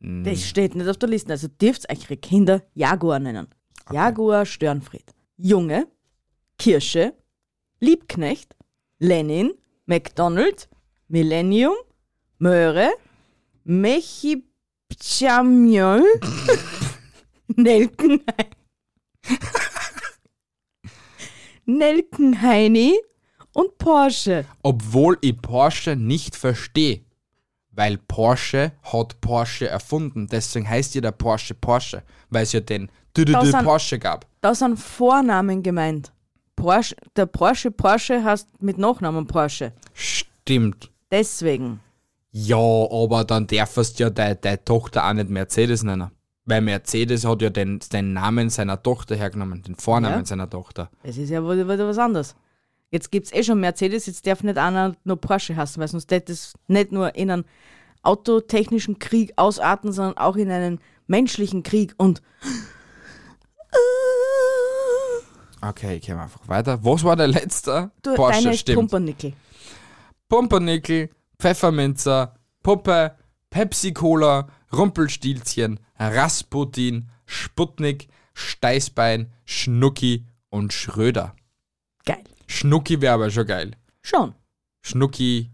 Speaker 4: Das steht nicht auf der Liste. Also dürft eure Kinder Jaguar nennen. Jaguar Störenfried. Junge, Kirsche, Liebknecht, Lenin, McDonald, Millennium, Möhre, Mechipchamiol, Nelkenheini, Nelkenheini und Porsche.
Speaker 3: obwohl ich Porsche nicht verstehe. Weil Porsche hat Porsche erfunden. Deswegen heißt ja der Porsche Porsche, weil es ja den Düdüdü
Speaker 4: sind-
Speaker 3: Porsche gab.
Speaker 4: Da sind Vornamen gemeint. Porsche, der Porsche Porsche heißt mit Nachnamen Porsche.
Speaker 3: Stimmt.
Speaker 4: Deswegen.
Speaker 3: Ja, aber dann darfst du ja deine de Tochter auch nicht Mercedes nennen. Weil Mercedes hat ja den, den Namen seiner Tochter hergenommen, den Vornamen
Speaker 4: Ja.
Speaker 3: seiner Tochter.
Speaker 4: Das ist ja wohl wieder was anderes. Jetzt gibt es eh schon Mercedes, jetzt darf nicht einer nur Porsche hassen, weil sonst hätte es nicht nur in einen autotechnischen Krieg ausarten, sondern auch in einen menschlichen Krieg und.
Speaker 3: Okay, ich komme einfach weiter. Was war der letzte?
Speaker 4: Du, deine ist Pumpernickel.
Speaker 3: Pumpernickel, Pfefferminzer, Puppe, Pepsi-Cola, Rumpelstilzchen, Rasputin, Sputnik, Steißbein, Schnucki und Schröder.
Speaker 4: Geil.
Speaker 3: Schnucki wäre aber schon geil.
Speaker 4: Schon.
Speaker 3: Schnucki,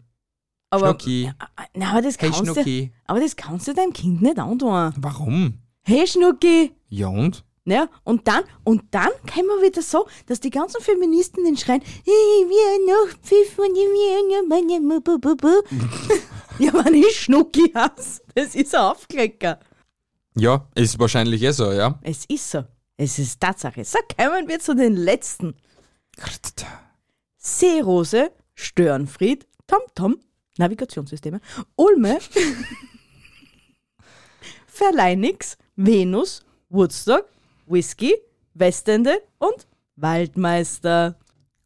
Speaker 4: Aber, äh,
Speaker 3: Schnucki.
Speaker 4: Na, aber, das
Speaker 3: Hey,
Speaker 4: kannst
Speaker 3: Schnucki.
Speaker 4: Du, aber das kannst du deinem Kind nicht antun.
Speaker 3: Warum?
Speaker 4: Hey Schnucki!
Speaker 3: Ja und?
Speaker 4: Ja, Ne? und dann, und dann können wir wieder so, dass die ganzen Feministen den schreien, hey, wir noch Pfiff und wir meine mu- bu- bu- bu." Ja, wenn ich Schnucki hasse, das ist ein Aufklecker.
Speaker 3: Ja, ist wahrscheinlich eh so, ja.
Speaker 4: Es ist so. Es ist Tatsache. So kommen wir zu den letzten. Seerose, Störenfried, TomTom, Navigationssysteme, Ulme, Verleinix, Venus, Woodstock, Whisky, Westende und Waldmeister.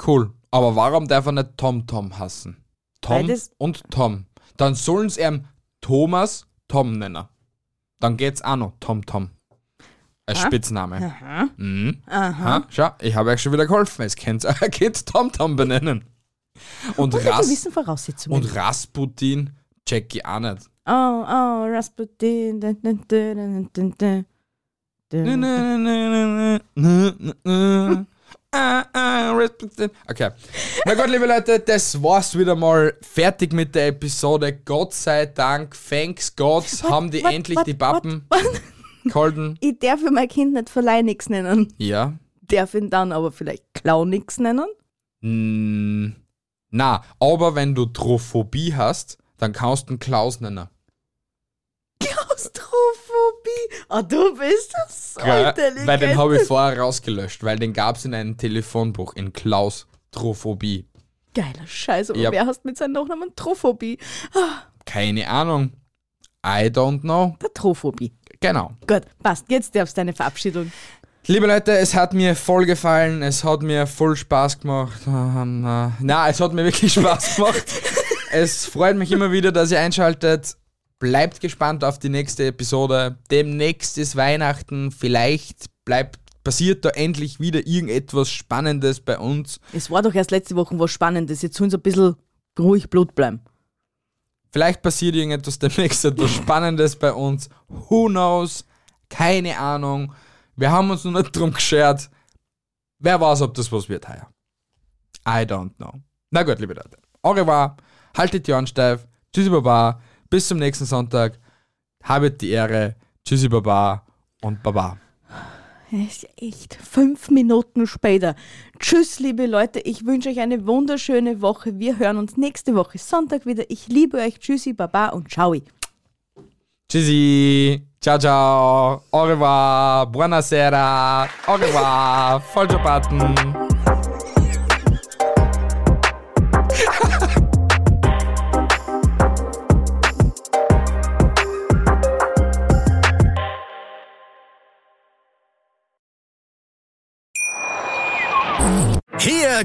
Speaker 3: Cool. Aber warum darf er nicht Tom Tom hassen? Tom
Speaker 4: Beides-
Speaker 3: und Tom. Dann sollen sie ihm Thomas Tom nennen. Dann geht's auch noch Tom Tom. Als Spitzname.
Speaker 4: Aha.
Speaker 3: Mhm. Aha. Schau, ich habe euch schon wieder geholfen. Es könnt euer Kind Tom Tom benennen. Und,
Speaker 4: Unter
Speaker 3: Ras
Speaker 4: gewissen Voraussetzungen.
Speaker 3: und Rasputin check ich auch nicht.
Speaker 4: oh, oh, Rasputin. Dun, dun, dun, dun, dun, dun. Dun.
Speaker 3: Ah, Okay. Na gut, liebe Leute, das war's wieder mal. Fertig mit der Episode. Gott sei Dank, thanks God, haben die
Speaker 4: what,
Speaker 3: endlich
Speaker 4: what,
Speaker 3: die Pappen
Speaker 4: what, what?
Speaker 3: gehalten.
Speaker 4: Ich darf für mein Kind nicht Verleih nichts nennen.
Speaker 3: Ja.
Speaker 4: Darf ihn dann aber vielleicht Klau nichts nennen?
Speaker 3: Mm, na, aber wenn du Trophobie hast, dann kannst du einen Klaus nennen.
Speaker 4: Klaustrophobie. Oh, du bist das so
Speaker 3: Gell?
Speaker 4: intelligent.
Speaker 3: Weil den habe ich vorher rausgelöscht, weil den gab's in einem Telefonbuch, in Klaus Trophobie.
Speaker 4: Geiler Scheiß, aber
Speaker 3: Ja.
Speaker 4: wer hast mit seinem Nachnamen Trophobie? Ah,
Speaker 3: Keine Ahnung. I don't know.
Speaker 4: Der Trophobie.
Speaker 3: Genau.
Speaker 4: Gut, passt. Jetzt darfst du deine Verabschiedung.
Speaker 3: Liebe Leute, es hat mir voll gefallen, es hat mir voll Spaß gemacht. Ähm, äh, Na, es hat mir wirklich Spaß gemacht. es freut mich immer wieder, dass ihr einschaltet. Bleibt gespannt auf die nächste Episode. Demnächst ist Weihnachten. Vielleicht bleibt, passiert da endlich wieder irgendetwas Spannendes bei uns.
Speaker 4: Es war doch erst letzte Woche was Spannendes. Jetzt sollen sie ein bisschen ruhig Blut bleiben.
Speaker 3: Vielleicht passiert irgendetwas demnächst etwas Spannendes bei uns. Who knows? Keine Ahnung. Wir haben uns noch nicht drum geschert. Wer weiß, ob das was wird heuer. I don't know. Na gut, liebe Leute. Au revoir. Haltet die Ohren steif. Tschüssi Baba. Bis zum nächsten Sonntag. Habet die Ehre. Tschüssi Baba und Baba.
Speaker 4: Es ist echt fünf Minuten später. Tschüss, liebe Leute. Ich wünsche euch eine wunderschöne Woche. Wir hören uns nächste Woche Sonntag wieder. Ich liebe euch. Tschüssi, Baba und Ciao.
Speaker 3: Tschüssi. Ciao, ciao. Au revoir. Buonasera. Au revoir. Vollschabatten.
Speaker 1: Hier